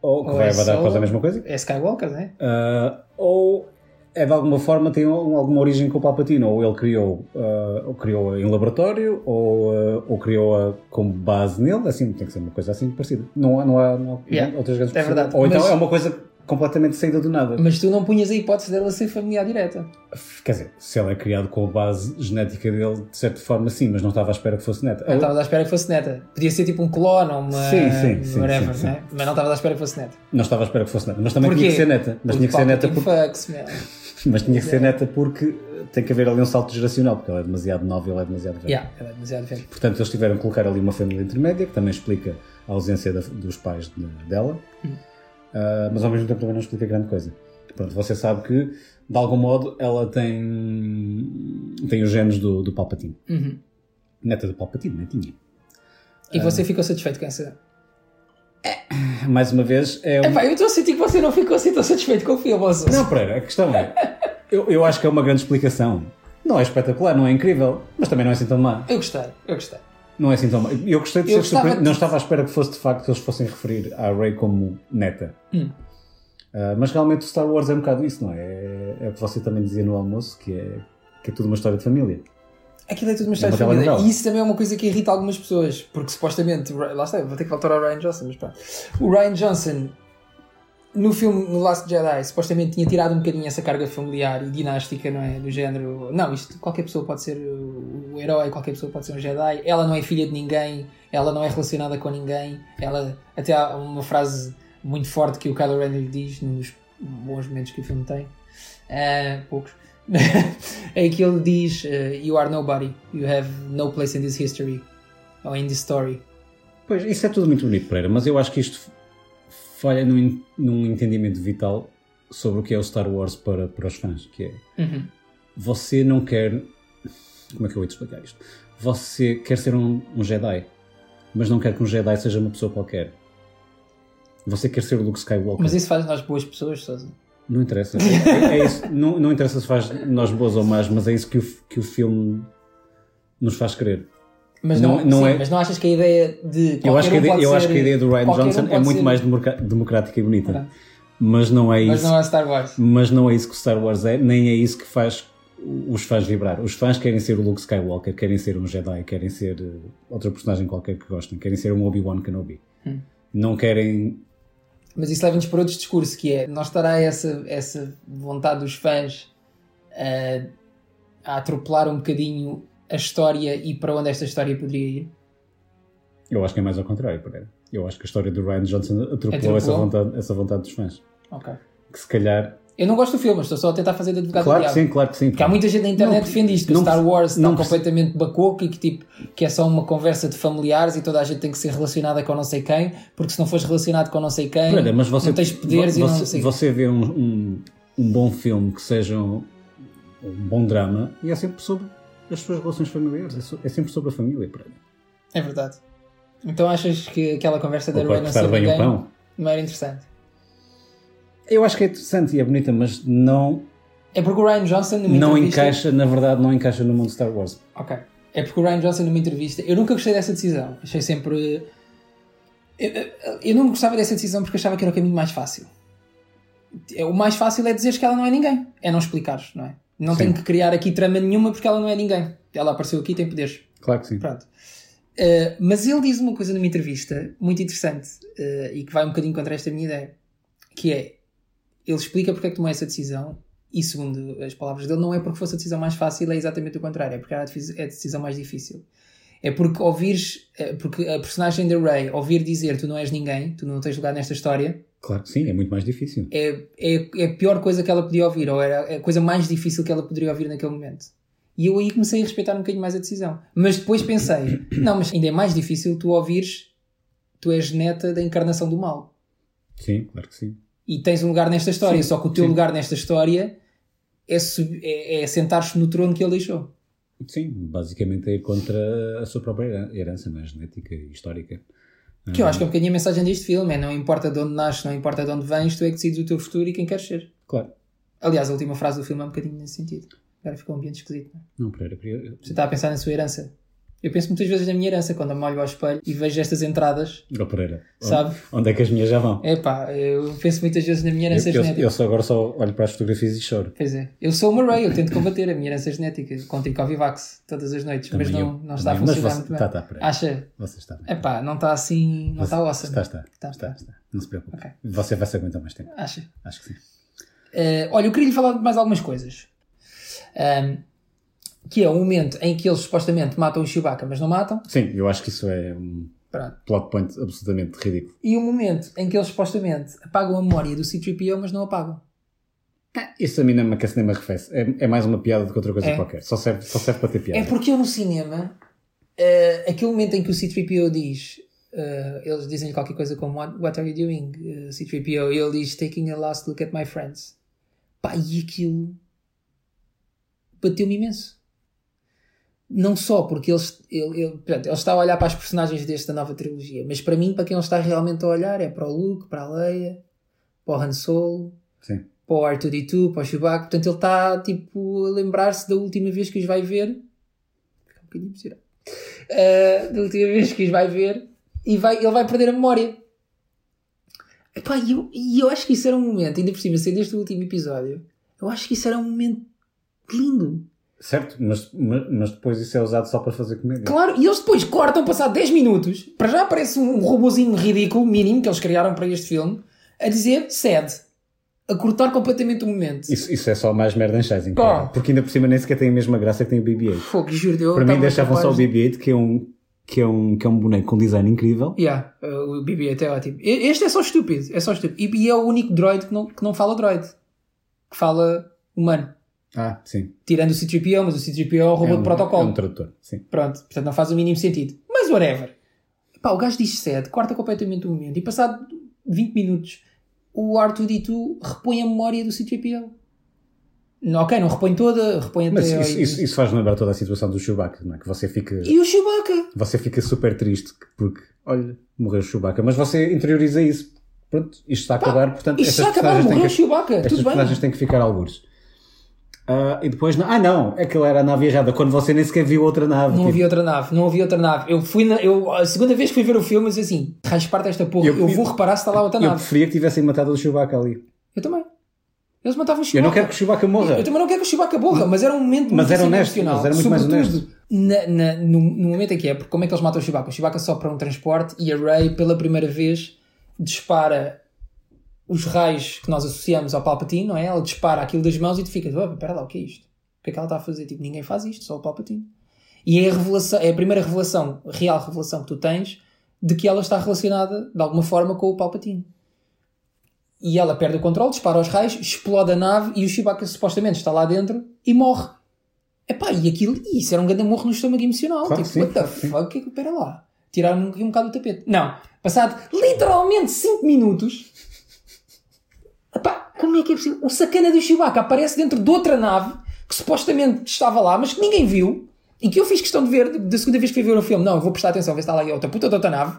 Speaker 3: Ou que
Speaker 2: Ou
Speaker 3: vai
Speaker 2: é
Speaker 3: dar quase a
Speaker 2: Solo.
Speaker 3: mesma coisa.
Speaker 2: é Skywalker, não é?
Speaker 3: Ah, ou é de alguma forma tem al- alguma origem com o Palpatine. Ou ele criou, ah, ou criou em laboratório, ou, ah, ou criou com base nele. Assim, tem que ser uma coisa assim parecida. Não há, não há, não há
Speaker 2: Yeah,
Speaker 3: outras grandes
Speaker 2: é
Speaker 3: possibilidades.
Speaker 2: verdade,
Speaker 3: Ou então
Speaker 2: mas-
Speaker 3: é uma coisa completamente saída do nada.
Speaker 2: Mas tu não punhas a hipótese dela ser familiar direta.
Speaker 3: Quer dizer, se ele é criado com a base genética dele, de certa forma sim, mas não estava à espera que fosse neta.
Speaker 2: Não estavas à espera que fosse neta. Podia ser tipo um clone ou uma.
Speaker 3: Sim, sim, sim,
Speaker 2: whatever,
Speaker 3: sim, sim.
Speaker 2: né? Mas não estavas à espera que fosse neta.
Speaker 3: Não estava à espera que fosse neta, mas também
Speaker 2: Porquê? tipo
Speaker 3: tinha que ser neta. Mas tinha que ser neta, porque, É.
Speaker 2: Fucks, meu.
Speaker 3: mas tinha que ser neta porque eh, tem que haver ali um salto geracional, porque ela é demasiado nova e ela é demasiado velha.
Speaker 2: yeah, ela é demasiado velha.
Speaker 3: Portanto, eles tiveram que colocar ali uma família intermédia, que também explica a ausência da- dos pais de- dela, Ah, mas ao mesmo tempo também não explica grande coisa. Pronto, você sabe que, de algum modo, ela tem, tem os genes do, do Palpatine.
Speaker 2: Uhum.
Speaker 3: Neta do Palpatine, netinha.
Speaker 2: E
Speaker 3: Ah.
Speaker 2: você ficou satisfeito com essa.
Speaker 3: Mais uma vez, é um...
Speaker 2: Epá, eu estou a sentir que você não ficou assim tão satisfeito com o filme, Osso.
Speaker 3: Não, Pereira, a questão é. Eu, eu acho que é uma grande explicação. Não é espetacular, não é incrível, mas também não é assim tão má.
Speaker 2: Eu gostei, eu gostei.
Speaker 3: Não é assim tão má. Eu gostei de
Speaker 2: Eu
Speaker 3: ser
Speaker 2: gostava
Speaker 3: surpreendido.
Speaker 2: de-
Speaker 3: Não estava à espera que fosse de facto que eles fossem referir a Ray como neta.
Speaker 2: Hum.
Speaker 3: Ah, mas realmente o Star Wars é um bocado isso, não é? É, é o que você também dizia no almoço, que é, que é tudo uma história de família.
Speaker 2: Aquilo é tudo uma história
Speaker 3: Uma
Speaker 2: de família.
Speaker 3: telenovela.
Speaker 2: E isso também é uma coisa que irrita algumas pessoas. Porque supostamente. Lá está, eu vou ter que voltar ao Ryan Johnson, mas pronto. O Ryan Johnson, no filme No Last Jedi, supostamente tinha tirado um bocadinho essa carga familiar e dinástica, não é? Do género. Não, isto qualquer pessoa pode ser o o herói, qualquer pessoa pode ser um Jedi. Ela não é filha de ninguém, ela não é relacionada com ninguém. Ela. Até há uma frase muito forte que o Kylo Ren lhe diz nos bons momentos que o filme tem. Ah, poucos. em que ele diz eh, You are nobody, you have no place in this history ou in this story.
Speaker 3: Pois, isso é tudo muito bonito, Pereira, mas eu acho que isto falha num, en- num entendimento vital sobre o que é o Star Wars para, para os fãs, que é
Speaker 2: Uhum.
Speaker 3: você não quer. Como é que eu vou te explicar isto? Você quer ser um, um Jedi, mas não quer que um Jedi seja uma pessoa qualquer. Você quer ser o Luke Skywalker.
Speaker 2: Mas isso faz de nós boas pessoas, Sousa.
Speaker 3: Não interessa. É, é isso. Não, não interessa se faz nós boas ou más, mas é isso que o, f- que o filme nos faz querer.
Speaker 2: Mas
Speaker 3: Não-
Speaker 2: não,
Speaker 3: não
Speaker 2: sim,
Speaker 3: é-
Speaker 2: mas não achas que a ideia de.
Speaker 3: Eu
Speaker 2: qualquer
Speaker 3: acho, que
Speaker 2: um
Speaker 3: a ideia,
Speaker 2: pode
Speaker 3: eu acho
Speaker 2: ser-
Speaker 3: que a ideia do Ryan
Speaker 2: qualquer um
Speaker 3: Johnson é
Speaker 2: pode
Speaker 3: muito
Speaker 2: ser-
Speaker 3: mais democra- democrática e bonita.
Speaker 2: Verdade.
Speaker 3: Mas não é
Speaker 2: Mas
Speaker 3: isso.
Speaker 2: não é Star Wars.
Speaker 3: mas não é isso que o Star Wars é, nem é isso que faz os fãs vibrar. Os fãs querem ser o Luke Skywalker, querem ser um Jedi, querem ser eh, outra personagem qualquer que gostem, querem ser um Obi-Wan Kenobi.
Speaker 2: Hum.
Speaker 3: Não querem.
Speaker 2: Mas isso leva-nos para outro discurso que é: não estará essa, essa vontade dos fãs eh, a atropelar um bocadinho a história e para onde esta história poderia ir?
Speaker 3: Eu acho que é mais ao contrário, Pereira. Eu acho que a história do Ryan Johnson atropelou,
Speaker 2: Atropelou?
Speaker 3: Essa, vontade, essa vontade dos fãs.
Speaker 2: Ok.
Speaker 3: Que se calhar.
Speaker 2: Eu não gosto do filme, mas estou só a tentar fazer de advogado
Speaker 3: Claro
Speaker 2: do
Speaker 3: que
Speaker 2: diabo.
Speaker 3: sim, claro que sim.
Speaker 2: Tá Porque há muita gente na internet que defende isto, que
Speaker 3: não
Speaker 2: o Star
Speaker 3: perce-
Speaker 2: Wars
Speaker 3: não
Speaker 2: está
Speaker 3: perce-
Speaker 2: completamente bacoco e que, tipo, que é só uma conversa de familiares e toda a gente tem que ser relacionada com não sei quem, porque se não fores relacionado com não sei quem,
Speaker 3: Olha, mas você,
Speaker 2: não tens poderes
Speaker 3: vo-
Speaker 2: e
Speaker 3: você,
Speaker 2: não sei
Speaker 3: você vê um, um, um bom filme que seja um, um bom drama e é sempre sobre as suas relações familiares, é, so- é sempre sobre a família. Pereira.
Speaker 2: É verdade. Então achas que aquela conversa da
Speaker 3: Ou pode
Speaker 2: Rey não
Speaker 3: cortar
Speaker 2: ser
Speaker 3: bem o
Speaker 2: ninguém
Speaker 3: pão.
Speaker 2: não era interessante?
Speaker 3: Eu acho que é interessante e é bonita, mas não
Speaker 2: É porque o Ryan Johnson numa
Speaker 3: Não
Speaker 2: entrevista-
Speaker 3: encaixa, na verdade, não encaixa no mundo de Star Wars.
Speaker 2: Ok. É porque o Ryan Johnson numa entrevista. Eu nunca gostei dessa decisão. Achei sempre. eh, Eu, eu- eu não gostava dessa decisão porque achava que era o caminho mais fácil. É, O mais fácil é dizeres que ela não é ninguém. É não explicares, não é? Não tenho que criar aqui trama nenhuma porque ela não é ninguém. Ela apareceu aqui e tem poderes.
Speaker 3: Claro que sim.
Speaker 2: Pronto. Uh, mas ele diz uma coisa numa entrevista muito interessante uh, e que vai um bocadinho contra esta minha ideia, que é ele explica porque é que tomou essa decisão e segundo as palavras dele não é porque fosse a decisão mais fácil, é exatamente o contrário, é porque era a defi- é a decisão mais difícil. É porque ouvires, uh, porque a personagem da Ray ouvir dizer tu não és ninguém, tu não tens lugar nesta história,
Speaker 3: Claro que sim, é muito mais difícil.
Speaker 2: é, é, é a pior coisa que ela podia ouvir, ou era a coisa mais difícil que ela poderia ouvir naquele momento. E eu aí comecei a respeitar um bocadinho mais a decisão. Mas depois pensei, não, mas ainda é mais difícil tu ouvires, tu és neta da encarnação do mal.
Speaker 3: Sim, claro que sim.
Speaker 2: E tens um lugar nesta história, só que o teu
Speaker 3: sim.
Speaker 2: lugar nesta história é, sub- é, é sentar-se no trono que ele deixou.
Speaker 3: Sim, basicamente é contra a sua própria heran- herança, não é? Genética e histórica.
Speaker 2: Que
Speaker 3: Uhum.
Speaker 2: eu acho que é um bocadinho a mensagem deste filme, é não importa de onde nasces, não importa de onde vens, tu é que decides o teu futuro e quem queres ser.
Speaker 3: Claro.
Speaker 2: Aliás, a última frase do filme é um bocadinho nesse sentido. Agora ficou um ambiente esquisito, não é?
Speaker 3: Não, Pereira, Pereira.
Speaker 2: Você está tá a pensar na sua herança. Eu penso muitas vezes na minha herança quando eu me olho ao espelho e vejo estas entradas.
Speaker 3: Oh, Pereira. onde-
Speaker 2: Sabe?
Speaker 3: Onde é que as minhas já vão?
Speaker 2: Epá, eu penso muitas vezes na minha
Speaker 3: Eu,
Speaker 2: herança
Speaker 3: eu-
Speaker 2: genética.
Speaker 3: eu só agora só olho para as fotografias e choro.
Speaker 2: Pois é. Eu sou uma Ray, eu tento combater a minha herança genética. Contigo Covivax todas as noites, mas
Speaker 3: Também
Speaker 2: não,
Speaker 3: eu,
Speaker 2: não está a
Speaker 3: também eu.
Speaker 2: funcionar
Speaker 3: Mas você-
Speaker 2: muito bem.
Speaker 3: tá, tá, peraí.
Speaker 2: Acha?
Speaker 3: Você está bem.
Speaker 2: Epá, não está assim, É, não
Speaker 3: Você-
Speaker 2: está óssea.
Speaker 3: Está, está.
Speaker 2: Tá,
Speaker 3: está,
Speaker 2: tá.
Speaker 3: está. Não se preocupe.
Speaker 2: Ok.
Speaker 3: Você vai se aguentar mais tempo.
Speaker 2: Acha?
Speaker 3: Acho que sim.
Speaker 2: Eh, olha, eu queria lhe falar de mais algumas coisas. Ahm, que é o momento em que eles supostamente matam o Chewbacca, mas não matam.
Speaker 3: Sim, eu acho que isso é um
Speaker 2: Pronto.
Speaker 3: plot point absolutamente ridículo.
Speaker 2: E o momento em que eles supostamente apagam a memória do C3PO, mas não apagam.
Speaker 3: Isso a mim não me aquece nem me arrefece. É, é mais uma piada do que outra coisa
Speaker 2: É.
Speaker 3: qualquer. Só serve, só serve para ter piada.
Speaker 2: É porque eu no cinema, eh, aquele momento em que o C-3PO diz, eh, eles dizem qualquer coisa como What, what are you doing, eh, C-3PO? E ele diz Taking a last look at my friends. Pá, e aquilo bateu-me imenso. Não só porque eles, ele, ele, portanto, ele está a olhar para as personagens desta nova trilogia, mas para mim, para quem ele está realmente a olhar, é para o Luke, para a Leia, para o Han Solo,
Speaker 3: Sim.
Speaker 2: para o R2D2, para o Chewbacca. Portanto, ele está tipo, a lembrar-se da última vez que os vai ver um bocadinho emocionado. Ah, da última vez que os vai ver e vai, ele vai perder a memória. Epá, e eu, e eu acho que isso era um momento, ainda por cima, sendo este o último episódio, eu acho que isso era um momento lindo.
Speaker 3: Certo, mas, mas mas depois isso é usado só para fazer comédia.
Speaker 2: Claro, e eles depois cortam, passado 10 minutos, para já aparece um robozinho ridículo, mínimo, que eles criaram para este filme, a dizer sede, a cortar completamente o momento.
Speaker 3: Isso, isso é só mais merchandising.
Speaker 2: Pá.
Speaker 3: cara. Porque ainda por cima nem sequer tem a mesma graça que tem o BB-8.
Speaker 2: Fogo, juro, eu
Speaker 3: Para mim
Speaker 2: estava
Speaker 3: deixavam só o
Speaker 2: capaz de-
Speaker 3: BB-8, que é um que é um que é um boneco com design incrível.
Speaker 2: Yeah, uh, o BB até é ótimo. E- Este é só estúpido, é só estúpido. E, e é o único droid que não, que não fala droid, que fala humano.
Speaker 3: Ah, sim.
Speaker 2: Tirando o C-3PO, mas o C-3PO é o robô
Speaker 3: é um,
Speaker 2: de protocolo.
Speaker 3: É um tradutor, sim.
Speaker 2: Pronto, portanto não faz o mínimo sentido. Mas whatever. Pá, o gajo diz 7, corta completamente o momento. E passado 20 minutos, o R2-D2 repõe a memória do C-3PO. Não, Ok, não repõe toda, repõe até...
Speaker 3: Mas
Speaker 2: ao
Speaker 3: isso, isso,
Speaker 2: início.
Speaker 3: isso faz lembrar toda a situação do Chewbacca, não é? Que você fica,
Speaker 2: E o Chewbacca?
Speaker 3: você fica super triste porque, olha, morreu o Chewbacca, mas você interioriza isso. Pronto, isto está a acabar, portanto,
Speaker 2: Isto já
Speaker 3: estas
Speaker 2: acabaram,
Speaker 3: personagens têm
Speaker 2: morreu o
Speaker 3: que-
Speaker 2: Chewbacca,
Speaker 3: Estas
Speaker 2: tudo bem.
Speaker 3: personagens têm que ficar algures. Ah, e depois, não- ah não, aquela era a nave errada, quando você nem sequer viu outra nave.
Speaker 2: Não
Speaker 3: tipo,
Speaker 2: havia outra nave, não havia outra nave. Eu fui na- eu, a segunda vez que fui ver o filme, eu disse assim: raios parte esta porra, eu,
Speaker 3: Eu-
Speaker 2: vou reparar se está lá outra
Speaker 3: Eu
Speaker 2: nave.
Speaker 3: preferia que tivessem matado o Chewbacca ali.
Speaker 2: Eu também. Eles matavam o
Speaker 3: Eu
Speaker 2: Chewbacca.
Speaker 3: não quero que o Chewbacca morra.
Speaker 2: Eu também não quero que o Chewbacca borra, mas era um momento
Speaker 3: Mas
Speaker 2: muito
Speaker 3: era honesto,
Speaker 2: emocional.
Speaker 3: mas era muito mais
Speaker 2: Sobretudo na- na- no, no momento em que é, porque como é que eles matam o Chewbacca? O Chewbacca só para um transporte e a Rey, pela primeira vez, dispara os raios que nós associamos ao Palpatine, não é? Ela dispara aquilo das mãos e tu ficas, opa, pera lá, o que é isto? O que é que ela está a fazer? Tipo, ninguém faz isto, só o Palpatine. E é a, revelação, é a primeira revelação, real revelação que tu tens de que ela está relacionada de alguma forma com o Palpatine. E ela perde o controle, dispara os raios, explode a nave e o Chewbacca supostamente está lá dentro e morre. Epá, e aquilo, e isso era um grande morro no estômago emocional.
Speaker 3: Claro que
Speaker 2: tipo,
Speaker 3: sim,
Speaker 2: what the
Speaker 3: claro que sim.
Speaker 2: fuck, que é que, pera lá. Tiraram aqui um bocado do tapete. Não, passado literalmente 5 minutos, Epá, como é que é possível? O sacana do Chewbacca aparece dentro de outra nave que supostamente estava lá, mas que ninguém viu e que eu fiz questão de ver da segunda vez que fui ver o filme. Não, eu vou prestar atenção, ver se está lá outra puta de outra nave.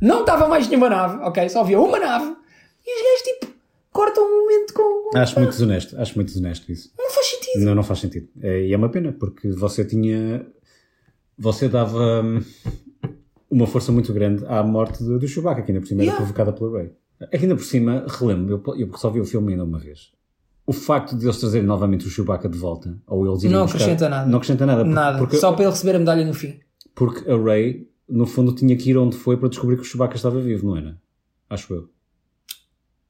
Speaker 2: Não estava mais nenhuma nave, ok? Só havia uma nave e os gajos tipo cortam um momento com.
Speaker 3: Acho muito desonesto, acho muito desonesto isso.
Speaker 2: Não faz sentido.
Speaker 3: Não, não faz sentido. É, e é uma pena, porque você tinha. Você dava hum, uma força muito grande à morte do, do Chewbacca, que ainda por cima
Speaker 2: Yeah.
Speaker 3: era provocada pelo Ray. Aqui ainda por cima, relembro, eu, eu só vi o filme ainda uma vez. O facto de eles trazerem novamente o Chewbacca de volta, ou eles irem
Speaker 2: Não
Speaker 3: buscar-
Speaker 2: acrescenta nada.
Speaker 3: Não acrescenta nada. porque-
Speaker 2: Nada.
Speaker 3: Porque,
Speaker 2: Só para ele receber a medalha no fim.
Speaker 3: porque a Ray, no fundo, tinha que ir onde foi para descobrir que o Chewbacca estava vivo, não era? Acho eu.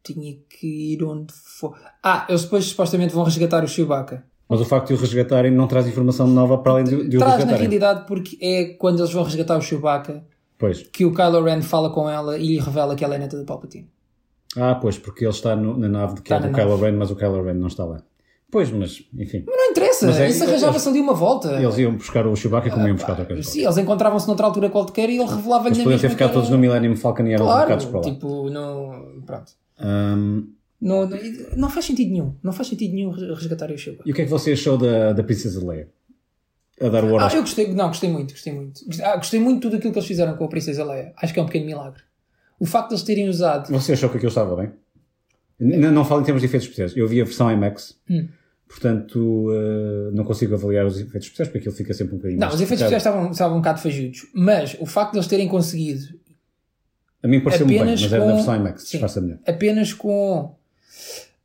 Speaker 2: Tinha que ir onde for. Ah, eles depois supostamente vão resgatar o Chewbacca.
Speaker 3: Mas o facto de o resgatarem não traz informação nova para além de, de
Speaker 2: Traz
Speaker 3: o
Speaker 2: na
Speaker 3: resgatarem.
Speaker 2: realidade porque é quando eles vão resgatar o Chewbacca
Speaker 3: Pois.
Speaker 2: que o Kylo Ren fala com ela e lhe revela que ela é neta do Palpatine.
Speaker 3: Ah, pois, porque ele está no- na nave de que
Speaker 2: Está
Speaker 3: é do
Speaker 2: na
Speaker 3: Kylo Ren, mas o Kylo Ren não está lá. Pois, mas, enfim.
Speaker 2: Não interessa,
Speaker 3: Mas é-
Speaker 2: isso arranjava-se ali uma volta.
Speaker 3: Eles iam buscar o Chewbacca um como iam buscar outra coisa.
Speaker 2: Sim, eles encontravam-se noutra altura qualquer e ele revelava-lhe
Speaker 3: Eles
Speaker 2: na
Speaker 3: podiam
Speaker 2: mesma
Speaker 3: ter ficado
Speaker 2: que era-
Speaker 3: todos no Millennium Falcon e eram bocados para
Speaker 2: Claro,
Speaker 3: lá.
Speaker 2: tipo, não. Pronto.
Speaker 3: Ahm,
Speaker 2: Não, não, não faz sentido nenhum. Não faz sentido nenhum resgatar o Chewbacca.
Speaker 3: e o que é que você achou da, da Princesa Leia? A dar o
Speaker 2: Ah,
Speaker 3: horóscopo.
Speaker 2: eu gostei, não, gostei muito, gostei muito. Gostei, ah, gostei muito de tudo aquilo que eles fizeram com a Princesa Leia. Acho que é um pequeno milagre. O facto de eles terem usado.
Speaker 3: Você achou que aquilo estava bem? N- Não, não falo em termos de efeitos especiais. Eu vi a versão IMAX,
Speaker 2: Hum.
Speaker 3: portanto ah, não consigo avaliar os efeitos especiais porque aquilo fica sempre um bocadinho
Speaker 2: Não,
Speaker 3: mais
Speaker 2: os efeitos
Speaker 3: complicado.
Speaker 2: especiais estavam, estavam um bocado fajudos. Mas o facto de eles terem conseguido
Speaker 3: A mim pareceu-me bem,
Speaker 2: apenas
Speaker 3: mas era
Speaker 2: com-
Speaker 3: da versão IMAX,
Speaker 2: Sim.
Speaker 3: disfarça melhor.
Speaker 2: apenas com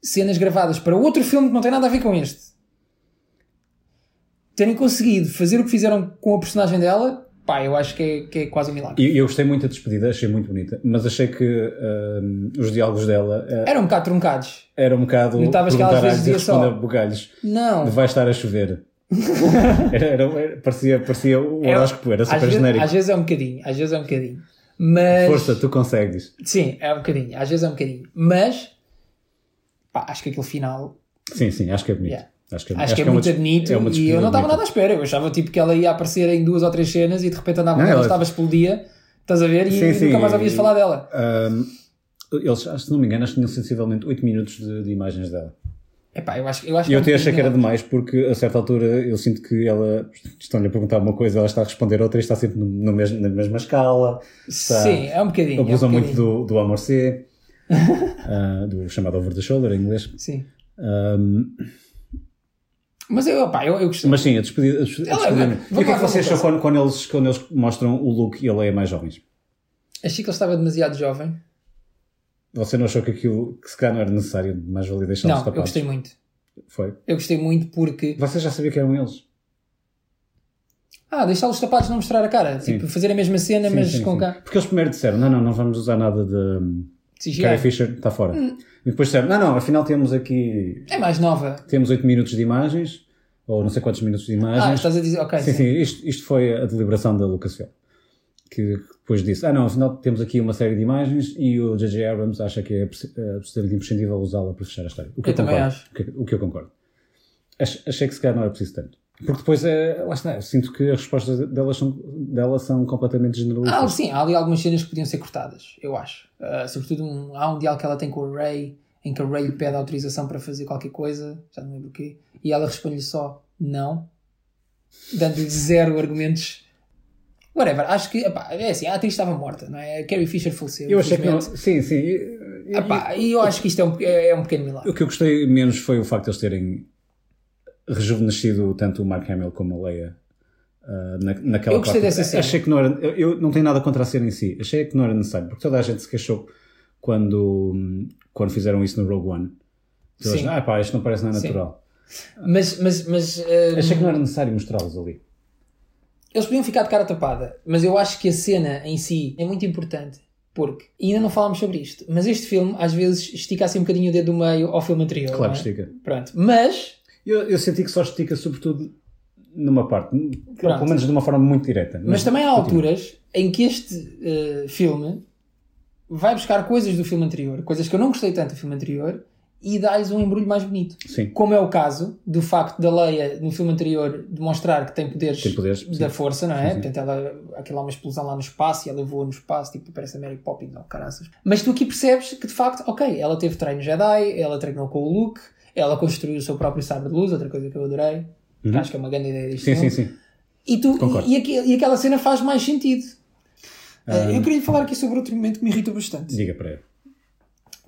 Speaker 2: cenas gravadas para outro filme que não tem nada a ver com este, terem conseguido fazer o que fizeram com a personagem dela, pá, eu acho que é, que é quase um milagre.
Speaker 3: E eu gostei muito da despedida, achei muito bonita, mas achei que ahm, os diálogos dela ah,
Speaker 2: Eram um bocado truncados.
Speaker 3: era um bocado
Speaker 2: Notavas que ela às
Speaker 3: perguntar
Speaker 2: vezes
Speaker 3: e
Speaker 2: dizia
Speaker 3: responder
Speaker 2: só-
Speaker 3: a bugalhos
Speaker 2: Não.
Speaker 3: de vai estar a chover. Era- era- era- parecia, parecia o
Speaker 2: Era-
Speaker 3: horóscopo, era
Speaker 2: É, às
Speaker 3: super
Speaker 2: vezes-
Speaker 3: genérico.
Speaker 2: Às vezes é um bocadinho, às vezes é um bocadinho. Mas.
Speaker 3: Força, tu consegues.
Speaker 2: Sim, é um bocadinho, às vezes é um bocadinho. Mas. Pá, acho que aquele final.
Speaker 3: Sim, sim, acho que é bonito.
Speaker 2: Yeah.
Speaker 3: Acho que,
Speaker 2: Acho, que é,
Speaker 3: uma
Speaker 2: muito
Speaker 3: des-
Speaker 2: bonito
Speaker 3: é uma
Speaker 2: e
Speaker 3: despedida
Speaker 2: eu não estava
Speaker 3: bonita.
Speaker 2: nada à espera. Eu achava tipo que ela ia aparecer em duas ou três cenas e de repente andava
Speaker 3: Não,
Speaker 2: com ela,
Speaker 3: ela-
Speaker 2: estava explodia. Estás a ver? E,
Speaker 3: Sim,
Speaker 2: e nunca
Speaker 3: sim, Ah.
Speaker 2: mais ouvias
Speaker 3: e-
Speaker 2: falar dela.
Speaker 3: Eles, acho, se não me engano, acho que tinham sensivelmente 8 minutos de, de imagens dela.
Speaker 2: Epá, eu acho, eu acho
Speaker 3: E eu
Speaker 2: é um
Speaker 3: até achei que era
Speaker 2: bocadinho-
Speaker 3: demais, porque a certa altura eu sinto que ela. Estão-lhe a perguntar uma coisa, ela está a responder outra e está sempre no, no mesmo, na mesma escala. Está,
Speaker 2: Sim, é um bocadinho. é um
Speaker 3: Abusam muito
Speaker 2: bocadinho.
Speaker 3: do, do amor C, ah, do chamado over the shoulder em inglês.
Speaker 2: Sim.
Speaker 3: Ahm,
Speaker 2: Mas eu, opá, eu, eu gostei.
Speaker 3: mas sim, a despedida. A despedida, a
Speaker 2: Ela é-
Speaker 3: despedida-
Speaker 2: vamos
Speaker 3: e o que é
Speaker 2: lá,
Speaker 3: que você
Speaker 2: vamos
Speaker 3: achou
Speaker 2: lá.
Speaker 3: quando, quando eles, quando eles mostram o Luke e ele é mais jovens?
Speaker 2: Achei que ele estava demasiado jovem.
Speaker 3: Você não achou que aquilo que se calhar não era necessário, mais valia deixá-los
Speaker 2: Não, eu
Speaker 3: tapados?
Speaker 2: gostei muito.
Speaker 3: Foi.
Speaker 2: Eu gostei muito porque
Speaker 3: Você já sabia que eram eles.
Speaker 2: Ah, deixá-los tapados, não mostrar a cara.
Speaker 3: Sim.
Speaker 2: Tipo, fazer a mesma cena,
Speaker 3: Sim,
Speaker 2: mas
Speaker 3: sim,
Speaker 2: com
Speaker 3: sim.
Speaker 2: cá.
Speaker 3: Porque eles primeiro disseram: não, não, não vamos usar nada de. hum,
Speaker 2: CGI.
Speaker 3: Carrie Fisher está fora.
Speaker 2: Hum.
Speaker 3: E depois disseram: não, não, afinal temos aqui.
Speaker 2: É mais nova.
Speaker 3: Temos 8 minutos de imagens, ou não sei quantos minutos de
Speaker 2: Ah,
Speaker 3: imagens.
Speaker 2: estás a dizer. Ok,
Speaker 3: Sim,
Speaker 2: sim.
Speaker 3: sim, isto, isto foi a deliberação da Lucasfilm, que depois disse, ah não, afinal temos aqui uma série de imagens e o J.J. Abrams acha que é abs- eh, absolutamente imprescindível usá-la para fechar a história. O que
Speaker 2: Eu
Speaker 3: eu,
Speaker 2: também
Speaker 3: concordo.
Speaker 2: acho.
Speaker 3: O que, o que eu concordo. Ach- achei que se calhar não era preciso tanto. Porque depois, eh, lá está, sinto que as respostas delas são, dela são completamente
Speaker 2: Ah,
Speaker 3: generalistas.
Speaker 2: sim, há ali algumas cenas que podiam ser cortadas, eu acho. Ah, sobretudo um- há um diálogo que ela tem com o Ray, em que o Ray lhe pede autorização para fazer qualquer coisa, já não lembro o quê, e ela responde-lhe só não, dando-lhe zero argumentos. Whatever, acho que epá, é assim, a atriz estava morta, não é? A Carrie Fisher faleceu.
Speaker 3: eu achei que não...
Speaker 2: infelizmente.
Speaker 3: Sim, sim. eu- eu-
Speaker 2: Epá, E eu acho que isto é um, é, é um pequeno milagre.
Speaker 3: O que eu gostei menos foi o facto de eles terem rejuvenescido tanto o Mark Hamill como a Leia ah, na, naquela
Speaker 2: Eu gostei
Speaker 3: parte.
Speaker 2: dessa cena.
Speaker 3: Achei que não era. Eu, eu não tenho nada contra a cena em si. Achei que não era necessário, porque toda a gente se queixou quando, quando fizeram isso no Rogue One. Toda a
Speaker 2: Sim.
Speaker 3: gente, Ah, pá, isto não parece nada
Speaker 2: Sim.
Speaker 3: natural.
Speaker 2: Mas, mas, mas. ah,
Speaker 3: Achei que não era necessário mostrá-los ali.
Speaker 2: Eles podiam ficar de cara tapada, mas eu acho que a cena em si é muito importante. Porque, e ainda não falámos sobre isto, mas este filme às vezes estica assim um bocadinho o dedo do meio ao filme anterior.
Speaker 3: Claro
Speaker 2: não é?
Speaker 3: que estica.
Speaker 2: Pronto. Mas,
Speaker 3: Eu, eu senti que só estica, sobretudo numa parte,
Speaker 2: Pronto.
Speaker 3: pelo menos de uma forma muito direta. é?
Speaker 2: mas também há
Speaker 3: continua.
Speaker 2: alturas em que este eh, filme vai buscar coisas do filme anterior, coisas que eu não gostei tanto do filme anterior, e dá-lhes um embrulho mais bonito.
Speaker 3: Sim.
Speaker 2: Como é o caso do facto da Leia no filme anterior demonstrar que tem poderes,
Speaker 3: Tem poderes, sim.
Speaker 2: da força, não é?
Speaker 3: Sim, sim.
Speaker 2: Portanto, ela, aquilo há uma explosão lá no espaço e ela voa no espaço, tipo, parece a Mary Poppins ou caraças. Mas tu aqui percebes que de facto, ok, ela teve treino Jedi, ela treinou com o Luke, ela construiu o seu próprio sabre de luz, outra coisa que eu adorei, que
Speaker 3: Uhum.
Speaker 2: acho que é uma grande ideia disto.
Speaker 3: Sim,
Speaker 2: não?
Speaker 3: sim, sim.
Speaker 2: E, tu,
Speaker 3: Concordo.
Speaker 2: e, aqui- e aquela cena faz mais sentido. Ah, eu queria falar aqui sobre outro momento que me irrita bastante
Speaker 3: Diga para ele.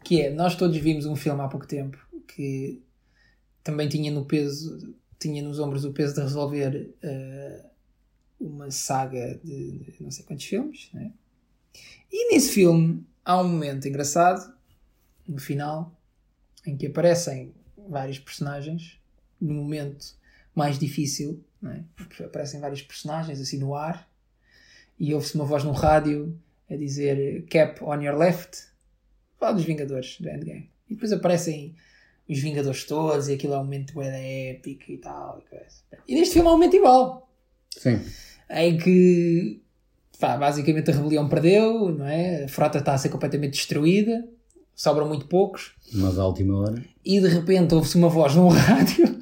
Speaker 2: que é, nós todos vimos um filme há pouco tempo que também tinha no peso, tinha nos ombros o peso de resolver eh, uma saga de não sei quantos filmes, né? E nesse filme há um momento engraçado, no final, em que aparecem vários personagens, num momento mais difícil, não é? aparecem vários personagens assim no ar, e ouve-se uma voz no rádio a dizer Cap on your left, fala dos Vingadores do Endgame. E depois aparecem os Vingadores todos, e aquilo é um momento bué da épico e tal. E, coisa. e neste filme há um momento igual,
Speaker 3: Sim.
Speaker 2: em que pá, basicamente a rebelião perdeu, não é? A frota está a ser completamente destruída, sobram muito poucos,
Speaker 3: Mas à última hora.
Speaker 2: e de repente ouve-se uma voz num rádio,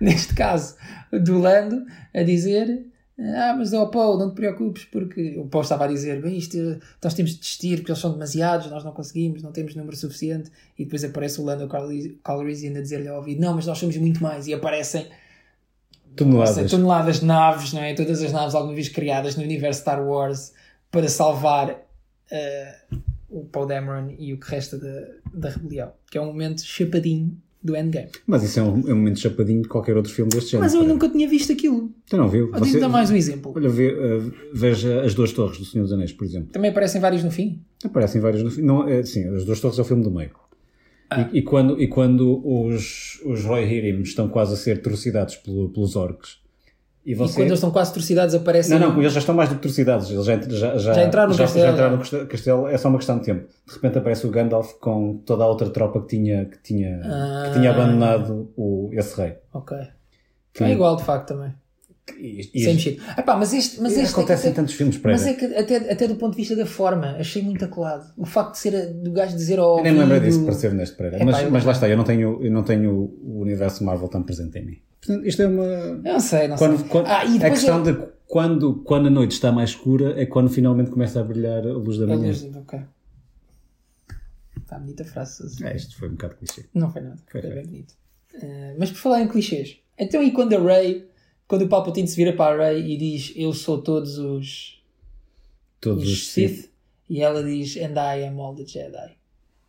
Speaker 2: neste caso do Lando, a dizer: Ah, mas ó Paul, não te preocupes, porque o Paul estava a dizer: Bem, isto nós temos de desistir, porque eles são demasiados, nós não conseguimos, não temos número suficiente. E depois aparece o Lando Calrissian ainda a dizer-lhe ao ouvido: Não, mas nós somos muito mais. E aparecem
Speaker 3: Toneladas.
Speaker 2: sei, toneladas de naves, não é? Todas as naves alguma vez criadas no universo Star Wars para salvar eh, o Paul Dameron e o que resta da, da rebelião, que é um momento chapadinho do Endgame.
Speaker 3: Mas isso é um, é um momento chapadinho de qualquer outro filme deste género.
Speaker 2: Mas eu
Speaker 3: cara.
Speaker 2: nunca tinha visto aquilo.
Speaker 3: Tu não viu?
Speaker 2: Ou diz-me dar mais um exemplo.
Speaker 3: Olha, vê, eh, veja As Duas Torres do Senhor dos Anéis, por exemplo.
Speaker 2: Também aparecem vários no fim.
Speaker 3: Aparecem vários no filme. Não, é, sim, As Duas Torres é o filme do meio.
Speaker 2: Ah.
Speaker 3: E, e quando, e quando os, os Roy Hirim estão quase a ser torcidados pelo, pelos orcs. E
Speaker 2: E
Speaker 3: você.
Speaker 2: quando eles são quase torcidados, aparecem.
Speaker 3: Não, não, eles já estão mais do que torcidados. Eles já, entr- já, já,
Speaker 2: Já entraram no
Speaker 3: já,
Speaker 2: castelo.
Speaker 3: Já entraram no castelo, castelo, é só uma questão de tempo. De repente aparece o Gandalf com toda a outra tropa que tinha, que tinha,
Speaker 2: Ah.
Speaker 3: que tinha abandonado o, esse rei.
Speaker 2: Ok.
Speaker 3: Que-
Speaker 2: É igual, de facto, também.
Speaker 3: E, e-
Speaker 2: Sem mexido. Ah, pá, mas este. Mas
Speaker 3: e
Speaker 2: este
Speaker 3: acontece
Speaker 2: é
Speaker 3: em
Speaker 2: que, até-
Speaker 3: tantos filmes,
Speaker 2: mas
Speaker 3: Pereira.
Speaker 2: é que até, até do ponto de vista da forma, achei muito acolado. O facto de ser a- do gajo dizer ao.
Speaker 3: Eu nem me lembro
Speaker 2: ouvido-
Speaker 3: disso para ser neste Pereira.
Speaker 2: Epá,
Speaker 3: mas,
Speaker 2: eu-
Speaker 3: mas lá está, eu não, tenho, eu não tenho o universo Marvel tão presente em mim. Portanto, isto é uma.
Speaker 2: Eu Não sei, não
Speaker 3: Quando,
Speaker 2: sei.
Speaker 3: quando-
Speaker 2: Ah, e
Speaker 3: a
Speaker 2: depois eu-
Speaker 3: questão de quando, quando a noite está mais escura é quando finalmente começa a brilhar a luz da
Speaker 2: A
Speaker 3: manhã.
Speaker 2: luz do ok. Está bonita a frase. Suzy.
Speaker 3: É, isto foi um bocado clichê.
Speaker 2: Não foi nada. Foi,
Speaker 3: Foi, foi.
Speaker 2: bem bonito. Eh, mas por falar em clichês, então e quando a Ray, quando o Palpatine se vira para a Ray e diz eu sou todos os,
Speaker 3: Todos
Speaker 2: os
Speaker 3: os
Speaker 2: Sith, e ela diz and I am all the Jedi.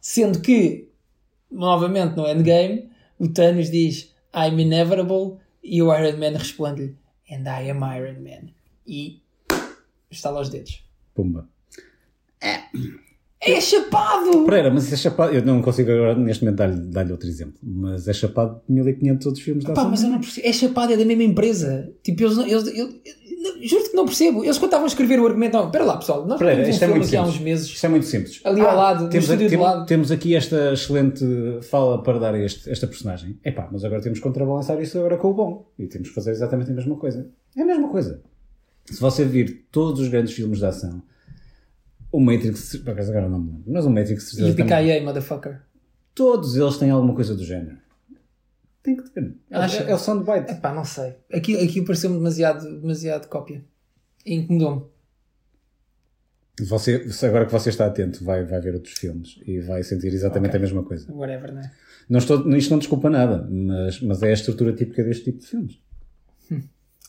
Speaker 2: Sendo que, novamente no Endgame, o Thanos diz I'm inevitable e o Iron Man responde-lhe and I am Iron Man. E estala os dedos.
Speaker 3: Pumba.
Speaker 2: É chapado!
Speaker 3: Pereira, mas isso é chapado. Eu não consigo agora, neste momento, dar-lhe dar-lhe outro exemplo. Mas é chapado de 1500 outros filmes da
Speaker 2: Pá, mas eu não percebo. É chapada, é da mesma empresa. Tipo, eles. não- eles, eu- eu- não- juro que não percebo. Eles, quando estavam a escrever o argumento. Não, pera lá, pessoal. Nós
Speaker 3: Pereira,
Speaker 2: temos um
Speaker 3: isto é
Speaker 2: filme
Speaker 3: muito
Speaker 2: aqui há
Speaker 3: simples.
Speaker 2: uns meses.
Speaker 3: Isto é muito simples.
Speaker 2: Ali ao lado, no
Speaker 3: temos,
Speaker 2: estúdio do
Speaker 3: temos-
Speaker 2: lado.
Speaker 3: temos aqui esta excelente fala para dar a este, esta personagem. Epá, mas agora temos que contrabalançar isso agora com o bom. E temos que fazer exatamente a mesma coisa. É a mesma coisa. Se você vir todos os grandes filmes de ação, o Matrix, por acaso agora não me lembro, mas o Matrix,
Speaker 2: E o
Speaker 3: também,
Speaker 2: PKA, motherfucker.
Speaker 3: todos eles têm alguma coisa do género. Tem que ter.
Speaker 2: Acha?
Speaker 3: É, é o soundbite.
Speaker 2: Epá, não sei. Aquilo, aquilo pareceu-me demasiado, demasiado cópia. E Incomodou-me.
Speaker 3: Você, se agora que você está atento, vai, vai ver outros filmes e vai sentir exatamente a mesma coisa.
Speaker 2: Whatever, né?
Speaker 3: Não estou, isto não desculpa nada, mas, mas é a estrutura típica deste tipo de filmes.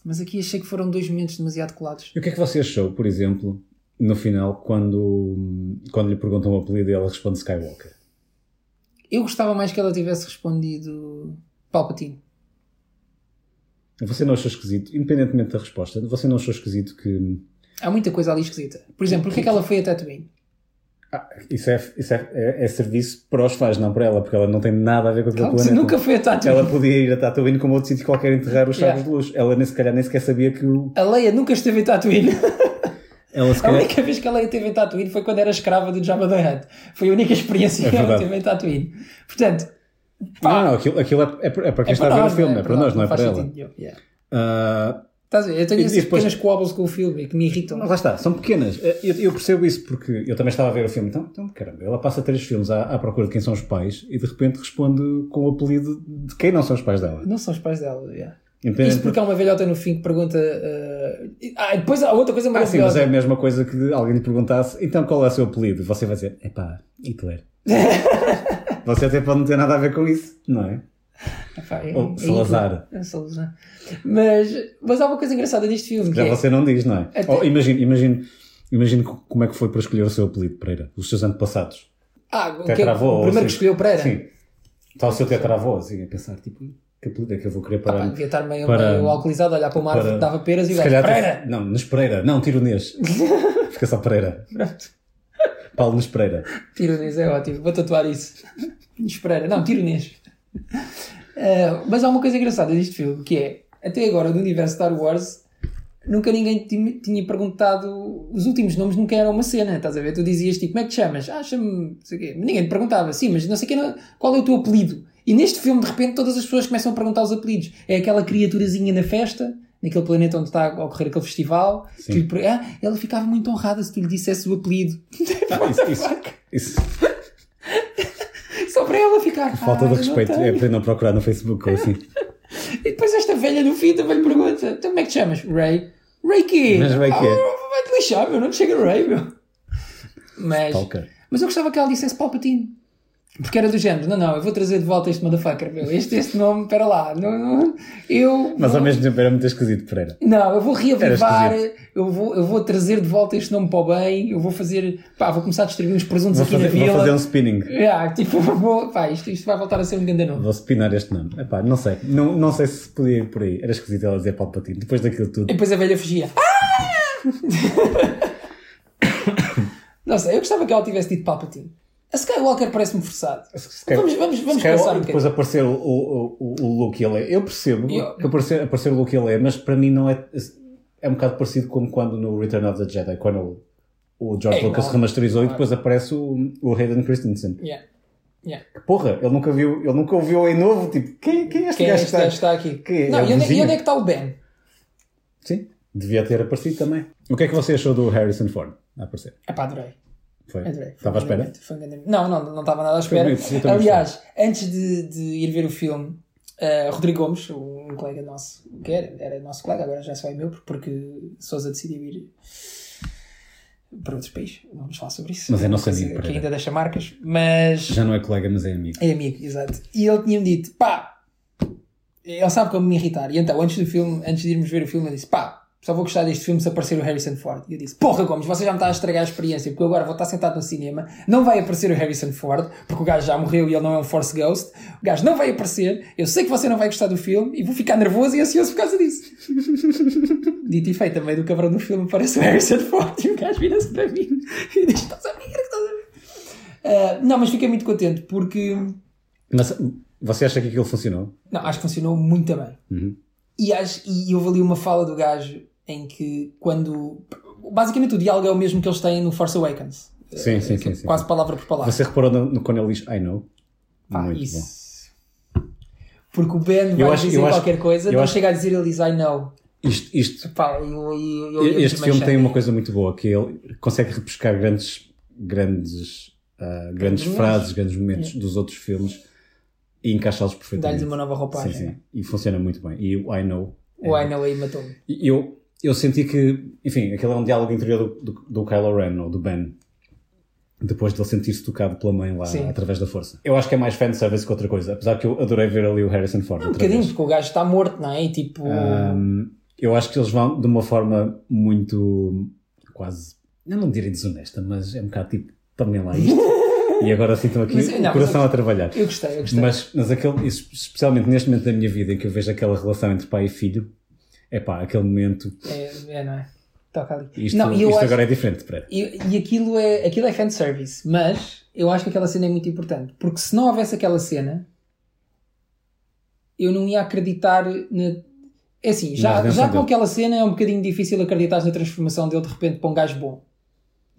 Speaker 2: Mas aqui achei que foram dois momentos demasiado colados.
Speaker 3: E o que é que você achou, por exemplo, no final, quando, quando lhe perguntam o apelido e ela responde Skywalker?
Speaker 2: Eu gostava mais que ela tivesse respondido Palpatine.
Speaker 3: Você não achou esquisito, independentemente da resposta, você não achou esquisito que.
Speaker 2: Há muita coisa ali esquisita. Por exemplo, porque é que ela foi a Tatooine?
Speaker 3: Ah, isso é, isso é, é, é serviço para os fãs, não para ela, porque ela não tem nada a ver com aquele
Speaker 2: Não,
Speaker 3: planeta.
Speaker 2: nunca foi a Tatooine.
Speaker 3: Ela podia ir a Tatooine como outro sítio qualquer enterrar os
Speaker 2: Yeah.
Speaker 3: sabres de luz. Ela nem, se calhar nem sequer sabia que o.
Speaker 2: A Leia nunca esteve em Tatooine.
Speaker 3: Ela se
Speaker 2: A
Speaker 3: calhar...
Speaker 2: única vez que ela teve em Tatooine foi quando era escrava do Jabba the Hutt. Foi a única experiência
Speaker 3: É
Speaker 2: que ela
Speaker 3: verdade.
Speaker 2: teve em Tatooine. Portanto,
Speaker 3: Não, não, aquilo, aquilo é, é para é para quem está a ver o filme, não é para nós, não é para
Speaker 2: faz
Speaker 3: ela.
Speaker 2: sentido nenhum. Yeah.
Speaker 3: Ah,
Speaker 2: Estás a ver? Eu tenho
Speaker 3: E- e
Speaker 2: esses
Speaker 3: depois-
Speaker 2: pequenas coabos com o filme que me irritam.
Speaker 3: Mas lá está, são pequenas. Eh, Eu, eu percebo isso porque eu também estava a ver o filme. Então, então caramba, ela passa três filmes à, à procura de quem são os pais e de repente responde com o apelido de quem não são os pais dela.
Speaker 2: Não são os pais dela. Yeah.
Speaker 3: Independente-
Speaker 2: Isto porque é há uma velhota no fim que pergunta. eh, Ah, e depois há outra coisa
Speaker 3: Ah, sim, mas
Speaker 2: maravilhosa.
Speaker 3: é a mesma coisa que alguém lhe perguntasse então qual é o seu apelido? Você vai dizer, epá, Hitler. Você até pode não ter nada a ver com isso, não é?
Speaker 2: Pá, é-
Speaker 3: Ou
Speaker 2: é
Speaker 3: Salazar.
Speaker 2: incrível. É Salazar. Mas, mas há uma coisa engraçada neste filme. Que
Speaker 3: Já
Speaker 2: é,
Speaker 3: você não diz, não é?
Speaker 2: Até-
Speaker 3: Ou imagino, imagino, imagino co- como é que foi para escolher o seu apelido, Pereira, os seus antepassados.
Speaker 2: ah, o, que é-
Speaker 3: Tetravô.
Speaker 2: o primeiro que escolheu Pereira.
Speaker 3: Sim. Está o seu tetravô, assim, a pensar, tipo, Que apelido é que eu vou querer
Speaker 2: Ah, pá,
Speaker 3: parar?
Speaker 2: devia estar meio,
Speaker 3: para-
Speaker 2: meio alcoolizado, olhar para uma árvore
Speaker 3: para-
Speaker 2: que dava peras e o
Speaker 3: Se
Speaker 2: gajo.
Speaker 3: calhar-
Speaker 2: Pereira!
Speaker 3: Não, nos Pereira. Não, Tironês. Fica só Pereira. Paulo nos Pereira.
Speaker 2: Tironês é ótimo, vou tatuar isso. Espereira, não, tironês. Eh, mas há uma coisa engraçada deste filme que é, até agora, do universo Star Wars, nunca ninguém ti- tinha perguntado. Os últimos nomes nunca eram uma cena, estás a ver? Tu dizias tipo, como é que te chamas? Ah, chama-me. não sei o quê. Ninguém te perguntava, sim, mas não sei o quê, não- qual é o teu apelido? E neste filme, de repente, todas as pessoas começam a perguntar os apelidos. É aquela criaturazinha na festa, naquele planeta onde está a ocorrer aquele festival.
Speaker 3: Sim.
Speaker 2: Tu lhe per- ah, ela ficava muito honrada se tu lhe dissesse o apelido.
Speaker 3: Ah, isso, isso, isso.
Speaker 2: Só para ela ficar.
Speaker 3: Falta
Speaker 2: "Ah,
Speaker 3: de
Speaker 2: não
Speaker 3: respeito.
Speaker 2: tenho."
Speaker 3: É para não procurar no Facebook ou assim.
Speaker 2: E depois esta velha no fim também lhe pergunta: então como é que te chamas? Ray? Ray quê?
Speaker 3: Mas é. Ray quê?
Speaker 2: Ah, Vai-te lixar, meu, não te chega Ray, meu. Mas,
Speaker 3: Stalker.
Speaker 2: mas eu gostava que ela dissesse Palpatine. Porque era do género: não, não, eu vou trazer de volta este motherfucker, meu. Este, este nome, pera lá. Não, não, eu.
Speaker 3: Mas
Speaker 2: vou-
Speaker 3: ao mesmo tempo era muito esquisito, Pereira.
Speaker 2: Não, eu vou reavivar,
Speaker 3: Era
Speaker 2: eu vou, eu vou trazer de volta este nome para o bem, eu vou fazer. pá, vou começar a distribuir uns presuntos
Speaker 3: Vou
Speaker 2: aqui
Speaker 3: fazer,
Speaker 2: na
Speaker 3: vou
Speaker 2: vila.
Speaker 3: fazer um spinning.
Speaker 2: Yeah, tipo, vou, pá, isto, isto vai voltar a ser um grande nome.
Speaker 3: Vou spinar este nome. Epá, não sei. Não, não sei se podia ir por aí. Era esquisito ela dizer Palpatine. Depois daquilo
Speaker 2: E
Speaker 3: tudo.
Speaker 2: depois a velha fugia. não sei, eu gostava que ela tivesse dito Palpatine. A Skywalker parece-me forçado. Vamos, vamos, vamos
Speaker 3: Se calhar,
Speaker 2: pensar um
Speaker 3: Depois
Speaker 2: bocadinho.
Speaker 3: aparecer o, o, o, o Luke ele é. Eu percebo
Speaker 2: Eu-
Speaker 3: que aparecer, aparecer o Luke ele é, mas para mim não é. É um bocado parecido como quando no Return of the Jedi, quando o, o George
Speaker 2: É
Speaker 3: Lucas
Speaker 2: igual.
Speaker 3: remasterizou e depois aparece o, o Hayden Christensen.
Speaker 2: Yeah. Yeah.
Speaker 3: Que porra, ele nunca viu, ele nunca ouviu em novo. Tipo, quem, quem é este
Speaker 2: Quem é
Speaker 3: gajo
Speaker 2: este
Speaker 3: que
Speaker 2: gajo que
Speaker 3: está?
Speaker 2: está aqui?
Speaker 3: que é?
Speaker 2: não,
Speaker 3: É o
Speaker 2: e, onde, e
Speaker 3: vizinho?
Speaker 2: onde é que está o Ben?
Speaker 3: Sim, devia ter aparecido também. O que é que você achou do Harrison Ford a aparecer?
Speaker 2: Epá, adorei.
Speaker 3: Foi.
Speaker 2: adorei.
Speaker 3: Estava à
Speaker 2: Foi um grande
Speaker 3: espera?
Speaker 2: momento, foi um grande momento. Não, não, não estava nada à espera.
Speaker 3: bonito, eu também
Speaker 2: Aliás, antes de, de ir ver o filme, eh, Rodrigo Gomes, um colega nosso, que era, era nosso colega, agora já só é meu, porque Sousa decidiu ir para outros países. Não Vamos falar sobre isso.
Speaker 3: Mas é nosso
Speaker 2: Coisa
Speaker 3: amigo,
Speaker 2: Que
Speaker 3: Pereira.
Speaker 2: ainda deixa marcas, mas.
Speaker 3: Já não é colega, mas é amigo.
Speaker 2: É amigo, exato. E ele tinha-me dito, pá, ele sabe como me irritar. E então, antes do filme, antes de irmos ver o filme, ele disse, pá, só vou gostar deste filme se aparecer o Harrison Ford. E eu disse, porra, Gomes, você já me está a estragar a experiência, porque eu agora vou estar sentado no cinema, não vai aparecer o Harrison Ford, porque o gajo já morreu e ele não é um Force Ghost, o gajo não vai aparecer, eu sei que você não vai gostar do filme e vou ficar nervoso e ansioso por causa disso. Dito e feito, a meio do cabrão do filme aparece o Harrison Ford e o gajo vira-se para mim e diz, estás a ver, estás a ver. Ah, não, mas fiquei muito contente porque
Speaker 3: Mas você acha que aquilo funcionou?
Speaker 2: não, acho que funcionou muito bem.
Speaker 3: Uhum.
Speaker 2: E, acho, e houve ali uma fala do gajo em que quando. Basicamente o diálogo é o mesmo que eles têm no Force Awakens.
Speaker 3: Sim, sim, sim. sim.
Speaker 2: Quase palavra por palavra.
Speaker 3: Você reparou no, no- quando ele diz I know?
Speaker 2: Pá, isso. Porque o Ben vai
Speaker 3: acho-
Speaker 2: dizer
Speaker 3: eu acho-
Speaker 2: qualquer coisa,
Speaker 3: eu
Speaker 2: não
Speaker 3: acho-
Speaker 2: chega a dizer, ele diz I know.
Speaker 3: Isto, isto-
Speaker 2: Pá, eu, eu, eu, eu
Speaker 3: este filme
Speaker 2: desmanchei.
Speaker 3: tem uma coisa muito boa, que ele consegue repescar grandes, grandes, ah, grandes
Speaker 2: Momentos.
Speaker 3: frases, grandes momentos dos outros filmes e encaixá-los perfeitamente.
Speaker 2: Dá-lhes uma nova roupagem.
Speaker 3: Sim, sim. E funciona muito bem. E o I know.
Speaker 2: O I know aí matou-me.
Speaker 3: E Eu, eu senti que, enfim, aquele é um diálogo interior do, do, do Kylo Ren ou do Ben. Depois dele sentir-se tocado pela mãe lá
Speaker 2: Sim.
Speaker 3: através da força. Eu acho que é mais fanservice que outra coisa, apesar que eu adorei ver ali o Harrison Ford.
Speaker 2: É Um
Speaker 3: outra vez. Ah,
Speaker 2: bocadinho, porque o gajo está morto, não é? E tipo.
Speaker 3: Ahm, eu acho que eles vão de uma forma muito quase, eu não diria desonesta, mas é um bocado tipo, tomem lá isto. e agora sintam aqui
Speaker 2: Mas,
Speaker 3: o
Speaker 2: não, mas
Speaker 3: coração
Speaker 2: eu-
Speaker 3: a trabalhar.
Speaker 2: eu gostei, eu gostei.
Speaker 3: Mas, mas aquele, isso, especialmente neste momento da minha vida em que eu vejo aquela relação entre pai e filho, é pá, aquele momento.
Speaker 2: É, é, não é? Toca ali.
Speaker 3: Isto,
Speaker 2: não, e eu
Speaker 3: isto
Speaker 2: acho-
Speaker 3: agora é diferente, Pereira.
Speaker 2: E, e aquilo é, aquilo é fanservice, mas eu acho que aquela cena é muito importante, porque se não houvesse aquela cena, eu não ia acreditar na. É assim, já,
Speaker 3: redenção
Speaker 2: já com
Speaker 3: dele.
Speaker 2: aquela cena é um bocadinho difícil acreditar na transformação dele de repente para um gajo bom.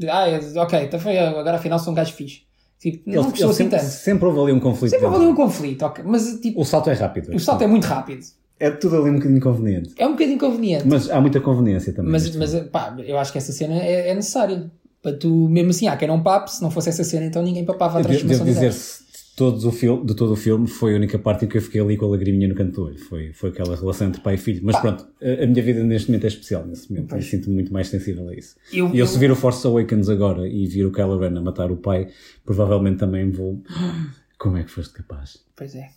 Speaker 2: Ah, é- ok, então foi, agora afinal sou um gajo fixe. Tipo, não
Speaker 3: Ele-
Speaker 2: gostou
Speaker 3: ele
Speaker 2: assim
Speaker 3: sempre,
Speaker 2: tanto.
Speaker 3: sempre houve ali um conflito.
Speaker 2: Sempre houve ali
Speaker 3: dentro.
Speaker 2: um conflito, ok, mas tipo,
Speaker 3: O salto é rápido.
Speaker 2: o salto é muito rápido.
Speaker 3: é tudo ali um bocadinho inconveniente.
Speaker 2: É um bocadinho inconveniente.
Speaker 3: Mas há muita conveniência também.
Speaker 2: Mas,
Speaker 3: neste
Speaker 2: mas
Speaker 3: filme.
Speaker 2: pá, eu acho que essa cena é, é necessária. Para tu, mesmo assim, há quem não pape, se não fosse essa cena, então ninguém papava a
Speaker 3: Eu de- Devo
Speaker 2: transformação.
Speaker 3: dizer,
Speaker 2: dele.
Speaker 3: se de, todos o filme, de todo o filme, foi a única parte em que eu fiquei ali com a lagriminha no canto do olho. Foi, foi aquela relação entre pai e filho. Mas pronto, a, a minha vida neste momento é especial. Nesse momento, eu sinto-me muito mais sensível a isso.
Speaker 2: Eu-
Speaker 3: e eu, se
Speaker 2: eu-
Speaker 3: vir o Force Awakens agora e vir o Kylo Ren a matar o pai, provavelmente também vou. Como é que foste capaz?
Speaker 2: Pois é.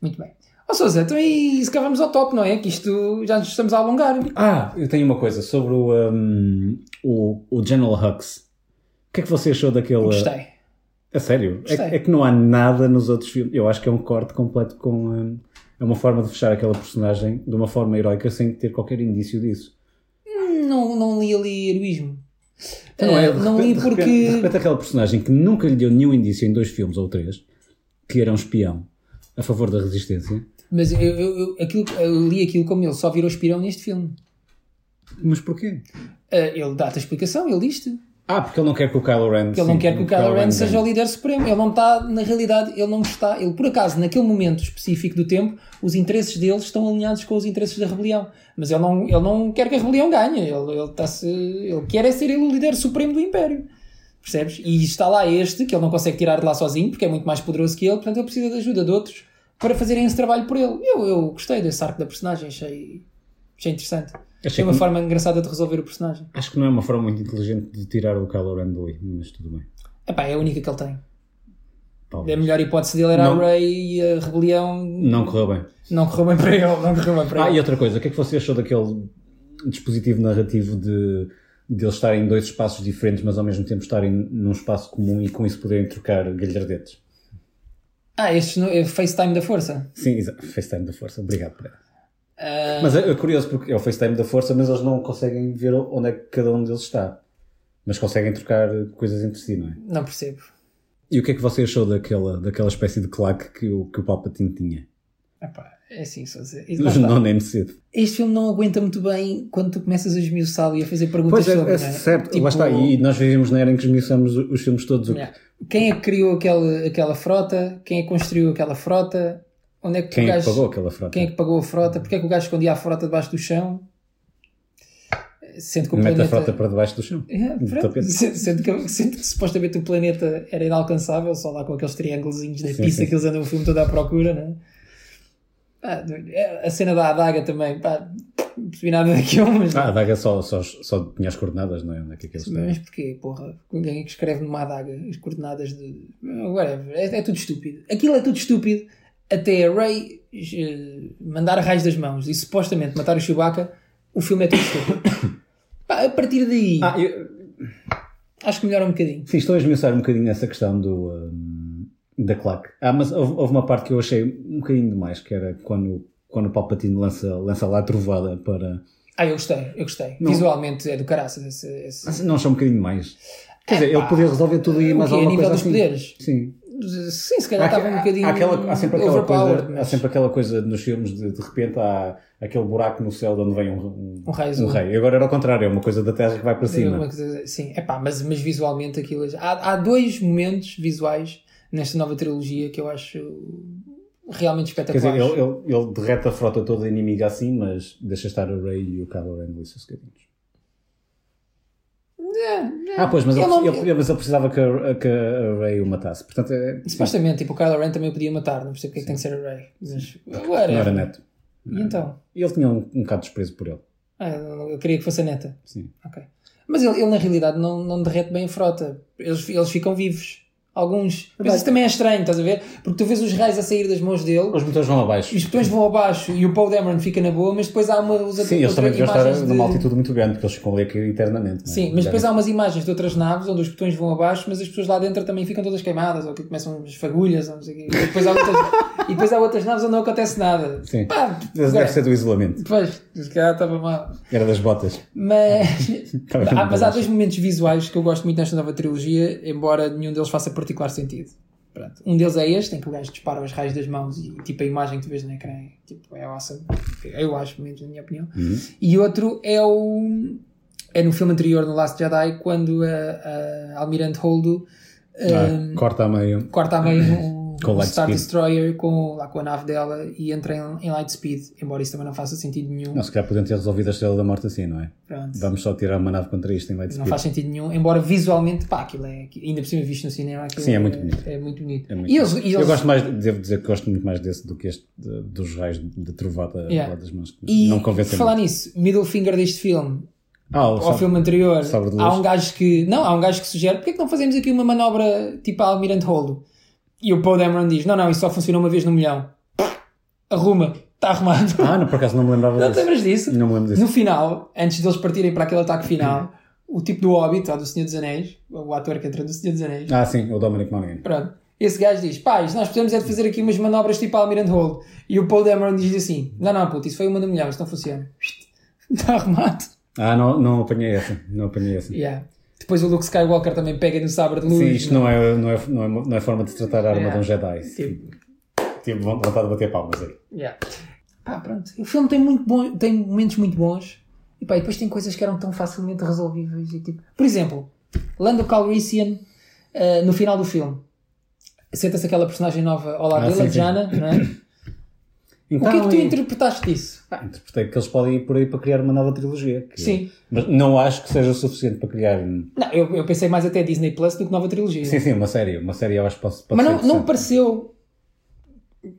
Speaker 2: Muito bem. Ó Sousa, então aí se calhar vamos ao top, não é? Que isto já nos estamos a alongar.
Speaker 3: Ah, eu tenho uma coisa sobre o, um, o, o General Hux. O que é que você achou daquele.
Speaker 2: Gostei.
Speaker 3: A sério? É,
Speaker 2: Gostei.
Speaker 3: é que não há nada nos outros filmes. Eu acho que é um corte completo com, hum, é uma forma de fechar aquela personagem de uma forma heroica sem ter qualquer indício disso.
Speaker 2: Não, não li ali heroísmo.
Speaker 3: Então, não
Speaker 2: Eh,
Speaker 3: é, de
Speaker 2: não
Speaker 3: repente-
Speaker 2: li
Speaker 3: de
Speaker 2: porque.
Speaker 3: repente- de repente aquela personagem que nunca lhe deu nenhum indício em dois filmes ou três, que era um espião a favor da resistência,
Speaker 2: Mas eu, eu- eu- aquilo, eu li aquilo como ele só virou espirão neste filme.
Speaker 3: mas porquê?
Speaker 2: Eh, ele dá-te a explicação, ele diz-te.
Speaker 3: Ah, porque ele não quer que o Kylo Ren...
Speaker 2: Que ele não quer que é o Kylo Ren seja o líder supremo. Ele não está, na realidade, ele não está. Ele, por acaso, naquele momento específico do tempo, os interesses deles estão alinhados com os interesses da rebelião. Mas ele não, ele não quer que a rebelião ganhe. Ele, ele, está-se- ele quer é ser ele o líder supremo do Império. Percebes? E está lá este, que ele não consegue tirar de lá sozinho, porque é muito mais poderoso que ele, portanto ele precisa de ajuda de outros para fazerem esse trabalho por ele. Eu, eu gostei desse arco da personagem, achei, achei interessante. Achei uma
Speaker 3: que-
Speaker 2: forma engraçada de resolver o personagem.
Speaker 3: Acho que não é uma forma muito inteligente de tirar o Kylo Ren dali, mas tudo bem.
Speaker 2: Epá, é a única que ele tem.
Speaker 3: Talvez.
Speaker 2: A É melhor hipótese dele era
Speaker 3: Não.
Speaker 2: a Ray e a rebelião.
Speaker 3: Não correu bem.
Speaker 2: Não correu bem para ele, não correu bem para
Speaker 3: Ah, e
Speaker 2: ele.
Speaker 3: outra coisa, o que é que você achou daquele dispositivo narrativo de, de eles estarem em dois espaços diferentes, mas ao mesmo tempo estarem num espaço comum e com isso poderem trocar galhardetes?
Speaker 2: Ah, este no- é FaceTime da Força.
Speaker 3: Sim, exato. FaceTime da Força, obrigado por ela.
Speaker 2: Ah,
Speaker 3: Mas é, é curioso porque é o FaceTime da Força, mas eles não conseguem ver onde é que cada um deles está. Mas conseguem trocar coisas entre si, não é?
Speaker 2: Não percebo.
Speaker 3: E o que é que você achou daquela, daquela espécie de claque que o, que o Palpatine tinha?
Speaker 2: Epá, é assim, só dizer. E lá
Speaker 3: Mas
Speaker 2: está.
Speaker 3: não nem cedo.
Speaker 2: Este filme não aguenta muito bem quando tu começas a esmiuçá-lo e a fazer perguntas
Speaker 3: Pois é,
Speaker 2: sobre.
Speaker 3: é
Speaker 2: não é?
Speaker 3: certo,
Speaker 2: Tipo,
Speaker 3: lá está. E nós vivemos na era em que esmiuçamos o- os filmes todos. o que-
Speaker 2: yeah. Quem é que criou aquele, aquela frota? Quem é que construiu aquela frota? Onde é que o
Speaker 3: Quem é que
Speaker 2: gajo-
Speaker 3: pagou aquela frota?
Speaker 2: Quem é que pagou a frota? Porquê é que o gajo escondia a frota debaixo do chão? Sendo que o
Speaker 3: Mete
Speaker 2: planeta...
Speaker 3: a frota para debaixo do chão.
Speaker 2: É,
Speaker 3: do
Speaker 2: pronto.
Speaker 3: tapete.
Speaker 2: Sendo sendo que, sendo que supostamente o planeta era inalcançável, só lá com aqueles triângulozinhos da
Speaker 3: Sim,
Speaker 2: pizza
Speaker 3: sim.
Speaker 2: que eles andam o filme todo à procura, né? Pá, é, a cena da adaga também, pá, não percebi nada daquilo, mas.
Speaker 3: Ah, a daga só, só, só tinha as coordenadas, não é? Onde é que aquilo está?
Speaker 2: Mas porquê, porra? Ninguém é que escreve numa adaga as coordenadas de. Whatever. É, é tudo estúpido. Aquilo é tudo estúpido. Até a Ray eh, mandar raios das mãos e supostamente matar o Chewbacca, o filme é tudo estúpido. Pá, a partir daí,
Speaker 3: Ah, eu-
Speaker 2: acho que melhora um bocadinho.
Speaker 3: sim, estou a esmiuçar um bocadinho nessa questão do, hum, da claque. Ah, mas houve, houve uma parte que eu achei um bocadinho demais, que era quando, quando o Palpatine lança, lança lá a trovada para.
Speaker 2: Ah, eu gostei, eu gostei.
Speaker 3: Não.
Speaker 2: Visualmente é do caraças esse. esse-
Speaker 3: Não achou um bocadinho mais? Quer dizer,
Speaker 2: Epá,
Speaker 3: ele podia resolver tudo e
Speaker 2: o
Speaker 3: mais
Speaker 2: quê? A
Speaker 3: alguma
Speaker 2: nível
Speaker 3: coisa
Speaker 2: dos
Speaker 3: assim.
Speaker 2: poderes?
Speaker 3: Sim.
Speaker 2: Sim, se calhar
Speaker 3: Há-
Speaker 2: estava um
Speaker 3: há-
Speaker 2: bocadinho.
Speaker 3: há, aquela, há, sempre aquela
Speaker 2: overpowered,
Speaker 3: coisa, há
Speaker 2: mas-
Speaker 3: sempre aquela coisa nos filmes de de repente há aquele buraco no céu de onde vem um, um,
Speaker 2: Um raio
Speaker 3: um
Speaker 2: azul.
Speaker 3: rei. Agora era o contrário, é uma coisa da Terra que vai para
Speaker 2: Uma
Speaker 3: cima.
Speaker 2: coisa- Sim, é pá, mas, mas visualmente aquilo. é- Há, há dois momentos visuais nesta nova trilogia que eu acho realmente
Speaker 3: Quer dizer,
Speaker 2: espetaculares.
Speaker 3: ele, ele, ele derrete a frota toda inimiga assim, mas deixa estar o Rey e o Kylo Ren ali sossegadinhos. Ah, pois, mas
Speaker 2: Eu
Speaker 3: ele,
Speaker 2: não-
Speaker 3: ele- mas ele precisava que a, que a Rey o matasse. Portanto, é,
Speaker 2: Supostamente, tipo, o Kylo Ren também o podia matar, não percebo porque é que tem que ser a Rey. Mas, whatever.
Speaker 3: não era neto.
Speaker 2: E então?
Speaker 3: E Ele tinha um, um bocado de desprezo por ele.
Speaker 2: Ah, eu queria que fosse a neta.
Speaker 3: Sim.
Speaker 2: Ok. Mas ele, ele, na realidade não, não derrete bem a frota. Eles, eles ficam vivos. Alguns. Mas isso também é estranho, estás a ver? Porque tu vês os raios a sair das mãos dele,
Speaker 3: Os motores vão abaixo.
Speaker 2: os botões vão abaixo e o Paul Dameron fica na boa, mas depois há uma, usa
Speaker 3: Sim, eles também deviam estar numa altitude muito grande, porque eles ficam ali aqui eternamente. não é?
Speaker 2: Sim, mas
Speaker 3: Já
Speaker 2: depois há umas imagens de outras naves onde os botões vão abaixo, mas as pessoas lá dentro também ficam todas queimadas, ou que começam as fagulhas, ou não sei o quê. E depois há outras, e depois há outras naves onde não acontece nada.
Speaker 3: Sim.
Speaker 2: Pá,
Speaker 3: Deve ser do isolamento.
Speaker 2: Depois, se calhar estava mal.
Speaker 3: Era das botas.
Speaker 2: Mas,
Speaker 3: Tá bem,
Speaker 2: Ah, mas há
Speaker 3: relaxa.
Speaker 2: dois momentos visuais que eu gosto muito nesta nova trilogia, embora nenhum deles faça particular sentido. Pronto. Um deles é este, em que o gajo dispara os raios das mãos e tipo a imagem que tu vês no ecrã é, tipo, é awesome. Eu acho, pelo menos na minha opinião.
Speaker 3: Uhum.
Speaker 2: E outro é o. É no filme anterior, no Last Jedi, quando a, a Almirante Holdo Hum.
Speaker 3: Ah, corta a meio.
Speaker 2: corta a meio um,
Speaker 3: Com
Speaker 2: um Star
Speaker 3: Lightspeed.
Speaker 2: Destroyer com, lá com a nave dela e entra em, em Lightspeed, embora isso também não faça sentido nenhum.
Speaker 3: Não, se calhar podiam ter resolvido a estrela da morte assim, não é?
Speaker 2: Pronto.
Speaker 3: Vamos só tirar uma nave contra isto em
Speaker 2: Não
Speaker 3: Lightspeed.
Speaker 2: faz sentido nenhum, embora visualmente, pá, aquilo é. Ainda por cima visto no cinema. aquilo
Speaker 3: Sim, é muito bonito.
Speaker 2: É muito bonito.
Speaker 3: É muito
Speaker 2: e eles,
Speaker 3: bom.
Speaker 2: e
Speaker 3: Eu
Speaker 2: eles-
Speaker 3: gosto mais, devo dizer que gosto muito mais desse do que este de- dos raios de, de trovada
Speaker 2: Yeah.
Speaker 3: lá das mãos. que
Speaker 2: e
Speaker 3: não convence
Speaker 2: falar
Speaker 3: muito.
Speaker 2: nisso, middle finger deste filme,
Speaker 3: Ah, o
Speaker 2: ao
Speaker 3: sabre-
Speaker 2: filme anterior,
Speaker 3: Sabre de luz.
Speaker 2: há um gajo que. Não, há um gajo que sugere, porque é que não fazemos aqui uma manobra tipo a Almirante Holdo? E o Paul Dameron diz: não, não, isso só funciona uma vez no milhão. Arruma, está arrumado.
Speaker 3: Ah, não, por acaso não me lembrava
Speaker 2: Não te
Speaker 3: disso.
Speaker 2: lembras disso?
Speaker 3: Não me lembro disso.
Speaker 2: No final, antes deles partirem para aquele ataque final, o tipo do Hobbit, ou do Senhor dos Anéis, o ator que entra no Senhor dos Anéis,
Speaker 3: Ah, sim, o Dominic Monaghan.
Speaker 2: Pronto. Esse gajo diz: pá, isto nós precisamos é de fazer aqui umas manobras tipo Almirante Hold. E o Paul Dameron diz assim: não, não, puto, isso foi uma do milhão, isto não funciona. Está arrumado.
Speaker 3: Ah, não, não apanhei essa. Não apanhei essa.
Speaker 2: Yeah. Depois o Luke Skywalker também pega no sabre de luz. né?
Speaker 3: Sim, isto não é, não, é, não, é, não é forma de se tratar a arma de um Jedi.
Speaker 2: Tipo,
Speaker 3: Tive vontade de bater palmas aí.
Speaker 2: yeah. Pá, pronto. O filme tem, muito bom, tem momentos muito bons. E pá, e depois tem coisas que eram tão facilmente resolvíveis. E, tipo, por exemplo, Lando Calrissian, eh, no final do filme, senta-se aquela personagem nova, olá,
Speaker 3: Ah,
Speaker 2: Dila,
Speaker 3: sim, sim.
Speaker 2: Jana, não é?
Speaker 3: Então,
Speaker 2: o que é que tu
Speaker 3: eu
Speaker 2: interpretaste disso?
Speaker 3: interpretei que eles podem ir por aí para criar uma nova trilogia. que- é-
Speaker 2: Sim.
Speaker 3: Mas não acho que seja o suficiente para criar. um-
Speaker 2: Não, eu, eu pensei mais até Disney Plus do que nova trilogia.
Speaker 3: Sim, sim, uma série. Uma série eu acho que pode, pode
Speaker 2: Mas
Speaker 3: ser
Speaker 2: não, não
Speaker 3: interessante.
Speaker 2: pareceu.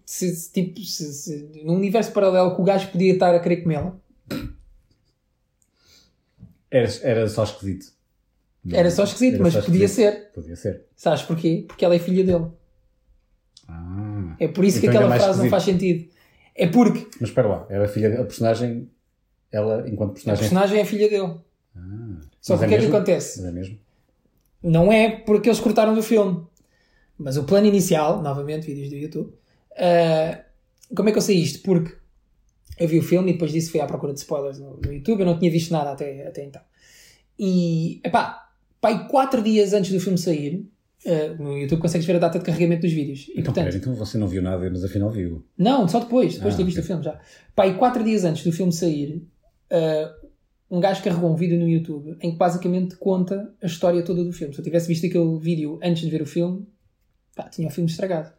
Speaker 2: Se, se, tipo, se, se- num universo paralelo que o gajo podia estar a querer comê-la.
Speaker 3: Era, era só esquisito.
Speaker 2: Era só esquisito,
Speaker 3: Era
Speaker 2: mas
Speaker 3: só
Speaker 2: podia
Speaker 3: esquisito.
Speaker 2: ser.
Speaker 3: Podia ser.
Speaker 2: Sabes porquê? Porque ela é filha dele.
Speaker 3: Ah.
Speaker 2: É por isso que
Speaker 3: Então ainda
Speaker 2: aquela
Speaker 3: mais
Speaker 2: frase não
Speaker 3: esquisito.
Speaker 2: faz sentido. É porque
Speaker 3: Mas espera lá, era a filha da a personagem. Ela, enquanto
Speaker 2: a
Speaker 3: personagem.
Speaker 2: personagem é filha dele. Só
Speaker 3: Ah.
Speaker 2: que o
Speaker 3: Mas
Speaker 2: que é que
Speaker 3: mesmo?
Speaker 2: acontece?
Speaker 3: Mas é mesmo?
Speaker 2: Não é porque eles cortaram do filme. Mas o plano inicial, novamente, vídeos do YouTube. ah, como é que eu sei isto? Porque eu vi o filme e depois disso fui à procura de spoilers no, no YouTube. Eu não tinha visto nada até, até então. E, epá, pai, quatro dias antes do filme sair, ah, no YouTube consegues ver a data de carregamento dos vídeos. E,
Speaker 3: Então,
Speaker 2: portanto,
Speaker 3: pera, então você não viu nada, mas afinal viu.
Speaker 2: Não, só depois, depois
Speaker 3: Ah,
Speaker 2: de ter visto
Speaker 3: ok.
Speaker 2: o filme já. Pá, e quatro dias antes do filme sair, ah, um gajo carregou um vídeo no YouTube em que basicamente conta a história toda do filme. Se eu tivesse visto aquele vídeo antes de ver o filme, pá, tinha o filme estragado.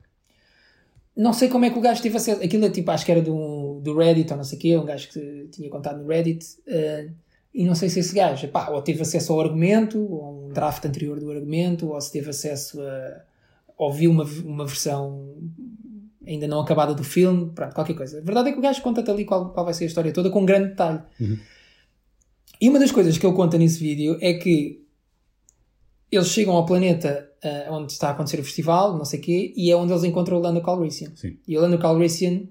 Speaker 2: Não sei como é que o gajo teve acesso. Aquilo é tipo, acho que era do, do Reddit ou não sei o quê, um gajo que tinha contado no Reddit. ah, e não sei se esse gajo, pá, ou teve acesso ao argumento, ou a um draft anterior do argumento, ou se teve acesso a. ou viu uma, uma versão ainda não acabada do filme, pronto, qualquer coisa. A verdade é que o gajo conta-te ali qual, qual vai ser a história toda com grande detalhe. E uma das coisas que ele conta nesse vídeo é que eles chegam ao planeta ah, onde está a acontecer o festival, não sei o quê, e é onde eles encontram o Lando Calrissian.
Speaker 3: Sim.
Speaker 2: E o Lando Calrissian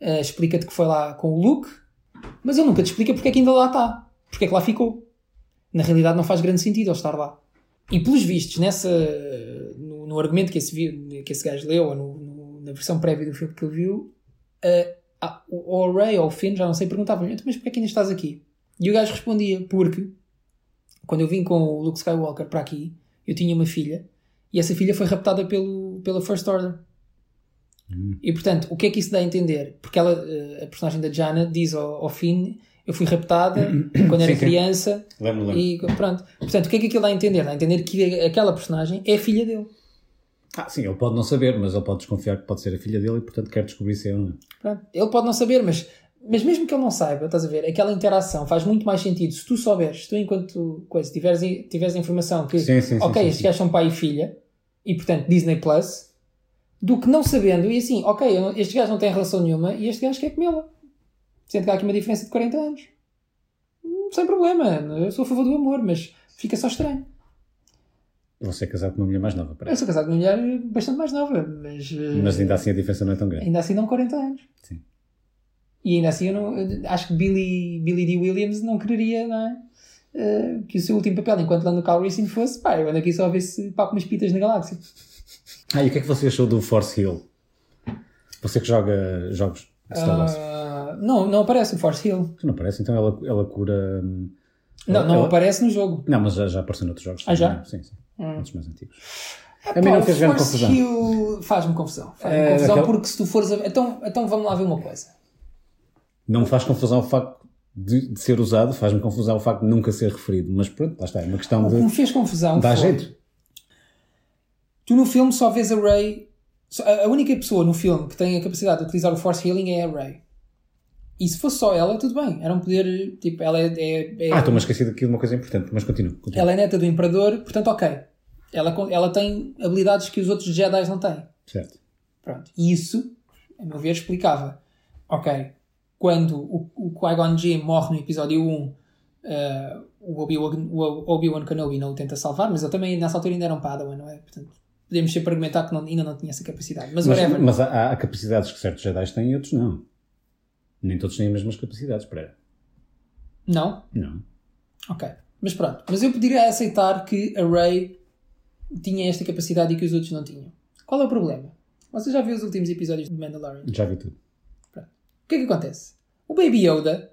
Speaker 2: ah, explica-te que foi lá com o Luke, mas ele nunca te explica porque é que ainda lá está, porque é que lá ficou. Na realidade não faz grande sentido ele estar lá. E pelos vistos, nessa, no, no argumento que esse, vi- que esse gajo leu, ou no- no- na versão prévia do filme que ele viu, eh, ah, o- ou o Ray ou o Finn, já não sei, perguntavam-lhe, "Então, mas porquê é que ainda estás aqui? E o gajo respondia, porque quando eu vim com o Luke Skywalker para aqui, eu tinha uma filha, e essa filha foi raptada pelo, pela First Order.
Speaker 3: Hum.
Speaker 2: E portanto, o que é que isso dá a entender? Porque ela, eh, a personagem da Jana diz ao, ao Finn, eu fui raptada quando era
Speaker 3: Sim, sim.
Speaker 2: criança,
Speaker 3: Lembro, lembro.
Speaker 2: e pronto. Portanto, o que é que aquilo dá a entender? Dá a entender que aquela personagem é filha dele.
Speaker 3: Ah, sim, ele pode não saber, mas ele pode desconfiar que pode ser a filha dele e, portanto, quer descobrir se é ou não.
Speaker 2: Pronto. Ele pode não saber, mas, mas mesmo que ele não saiba, estás a ver? Aquela interação faz muito mais sentido se tu souberes, se tu, enquanto coisa, tiveres, tiveres a informação que,
Speaker 3: Sim, sim, sim,
Speaker 2: ok,
Speaker 3: sim,
Speaker 2: estes
Speaker 3: sim.
Speaker 2: gajos são pai e filha, e portanto Disney Plus, do que não sabendo e assim, ok, eu não- este gajo não tem relação nenhuma e este gajo quer comê-la. Sendo que há aqui uma diferença de 40 anos. Hum, Sem problema, eu sou a favor do amor, mas fica só estranho.
Speaker 3: Você é casado com uma mulher mais nova,
Speaker 2: Eu
Speaker 3: parece.
Speaker 2: sou casado com uma mulher bastante mais nova, mas. eh,
Speaker 3: Mas ainda assim a diferença não é tão grande.
Speaker 2: Ainda assim dão 40 anos.
Speaker 3: Sim.
Speaker 2: E ainda assim eu não. eu acho que Billy, Billy D. Williams não quereria, não é? Eh, que o seu último papel enquanto lá no Cal Racing fosse, pá, eu ando aqui só a ver se papo umas pitas na galáxia.
Speaker 3: Ah, e o que é que você achou do Force Hill? Você que joga jogos de Star Wars.
Speaker 2: Ah, não, não aparece o Force Hill.
Speaker 3: Tu não parece? Então ela, ela cura. hum,
Speaker 2: Não,
Speaker 3: ela-
Speaker 2: não
Speaker 3: ela-
Speaker 2: aparece no jogo.
Speaker 3: Não, mas já, já apareceu noutros jogos.
Speaker 2: Ah, já?
Speaker 3: também, não é? Sim, sim. Outros mais antigos. A mim
Speaker 2: Pá,
Speaker 3: não
Speaker 2: o
Speaker 3: fez grande
Speaker 2: Force
Speaker 3: confusão.
Speaker 2: Hill faz-me confusão. Faz-me
Speaker 3: É,
Speaker 2: confusão
Speaker 3: daquela-
Speaker 2: porque se tu fores a. Então, então vamos lá ver uma coisa.
Speaker 3: Não me faz confusão o facto de, de ser usado, faz-me confusão o facto de nunca ser referido. Mas pronto, lá está. É uma questão
Speaker 2: O que me
Speaker 3: de.
Speaker 2: fez confusão
Speaker 3: Dá
Speaker 2: foi-
Speaker 3: jeito.
Speaker 2: Tu no filme só vês a Ray. A a única pessoa no filme que tem a capacidade de utilizar o Force Healing é a Ray. E se fosse só ela, tudo bem. Era um poder. Tipo, ela é. é- é-
Speaker 3: Ah, estou-me a esquecer aqui de uma coisa importante, mas continua. continua.
Speaker 2: ela é neta do Imperador, portanto, ok. Ela, con- ela tem habilidades que os outros Jedi não têm.
Speaker 3: Certo.
Speaker 2: Pronto. E isso, a meu ver, explicava. Ok. Quando o, o Qui-Gon Jinn morre no episódio 1, eh, o Obi-Wan o Obi-Wan Kenobi não o tenta salvar, mas ele também, nessa altura, ainda era um Padawan, não é? Portanto, podemos sempre argumentar que não- ainda não tinha essa capacidade. Mas,
Speaker 3: Mas,
Speaker 2: whatever.
Speaker 3: mas há, há- há capacidades que certos Jedi têm e outros não. Nem todos têm as mesmas capacidades, espera.
Speaker 2: Não?
Speaker 3: Não.
Speaker 2: Ok. Mas pronto. Mas eu poderia aceitar que a Rey tinha esta capacidade e que os outros não tinham. Qual é o problema? Você já viu os últimos episódios de Mandalorian?
Speaker 3: Já vi tudo.
Speaker 2: O que é que acontece? O Baby Yoda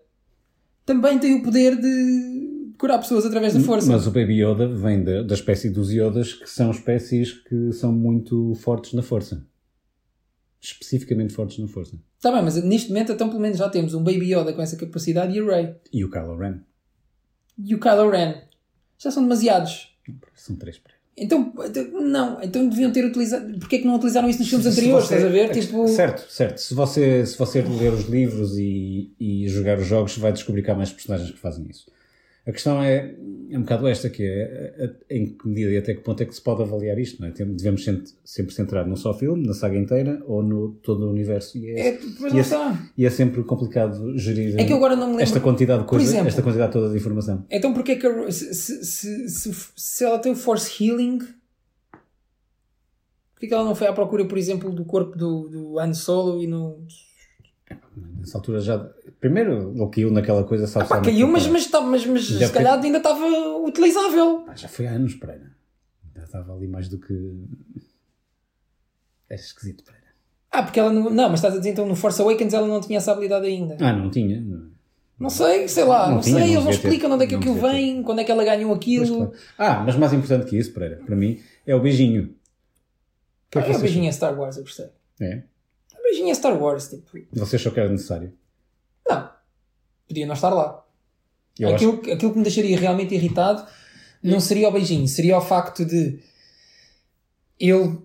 Speaker 2: também tem o poder de curar pessoas através da força.
Speaker 3: Hum, Mas o Baby Yoda vem da, da espécie dos Yodas, que são espécies que são muito fortes na força. Especificamente fortes na força.
Speaker 2: Está Tá bem, mas neste momento então pelo menos já temos um Baby Yoda com essa capacidade e a Rey.
Speaker 3: E o Kylo Ren.
Speaker 2: E o Kylo Ren. Já são demasiados.
Speaker 3: São três para
Speaker 2: Então, então, não, então deviam ter utilizado. Porquê é que não utilizaram isso nos filmes anteriores?
Speaker 3: você-
Speaker 2: Estás a ver?
Speaker 3: é que-
Speaker 2: Tipo,
Speaker 3: Certo, certo. Se você, se você ler os livros e, e jogar os jogos, vai descobrir que há mais personagens que fazem isso. A questão é, é um bocado esta, que é a- a- em que medida e até que ponto é que se pode avaliar isto, não é? Tem- Devemos sempre, sempre centrar num só filme, na saga inteira, ou no todo o universo. E é,
Speaker 2: É, mas
Speaker 3: e
Speaker 2: não
Speaker 3: é-
Speaker 2: está.
Speaker 3: e é sempre complicado gerir
Speaker 2: É que eu agora não me lembro.
Speaker 3: esta quantidade de
Speaker 2: Por
Speaker 3: coisa,
Speaker 2: exemplo-
Speaker 3: esta quantidade toda de informação.
Speaker 2: Então porquê que a, se, se, se, se- se ela tem o Force Healing, porquê é que ela não foi à procura, por exemplo, do corpo do, do Han Solo e não.
Speaker 3: Nessa altura já... Primeiro, ele caiu naquela coisa... sabe é.
Speaker 2: Pá, caiu, mas, mas, tá- mas, mas
Speaker 3: Deve
Speaker 2: se calhar
Speaker 3: ter-
Speaker 2: ainda estava utilizável.
Speaker 3: Pá, já foi há anos, Pereira. Já estava ali mais do que. É esquisito, Pereira.
Speaker 2: Ah, porque ela não. Não, mas estás a dizer então no Force Awakens ela não tinha essa habilidade ainda.
Speaker 3: Ah, não tinha.
Speaker 2: Não sei, sei lá, não,
Speaker 3: Não tinha,
Speaker 2: sei,
Speaker 3: não
Speaker 2: eles não
Speaker 3: devia ter.
Speaker 2: explicam de onde é que
Speaker 3: Não
Speaker 2: aquilo
Speaker 3: devia ter.
Speaker 2: vem, quando é que ela ganhou aquilo.
Speaker 3: Pois, claro. Ah, mas mais importante que isso, Pereira, para mim, é o beijinho. O que
Speaker 2: Ah,
Speaker 3: é que
Speaker 2: é um
Speaker 3: vocês
Speaker 2: beijinho a Star Wars, eu gostei.
Speaker 3: acham? É.
Speaker 2: Um beijinho a Star Wars, tipo.
Speaker 3: Você achou que era necessário?
Speaker 2: Não, podia não estar lá.
Speaker 3: É Eu acho.
Speaker 2: aquilo, aquilo que me deixaria realmente irritado não seria o beijinho, seria o facto de ele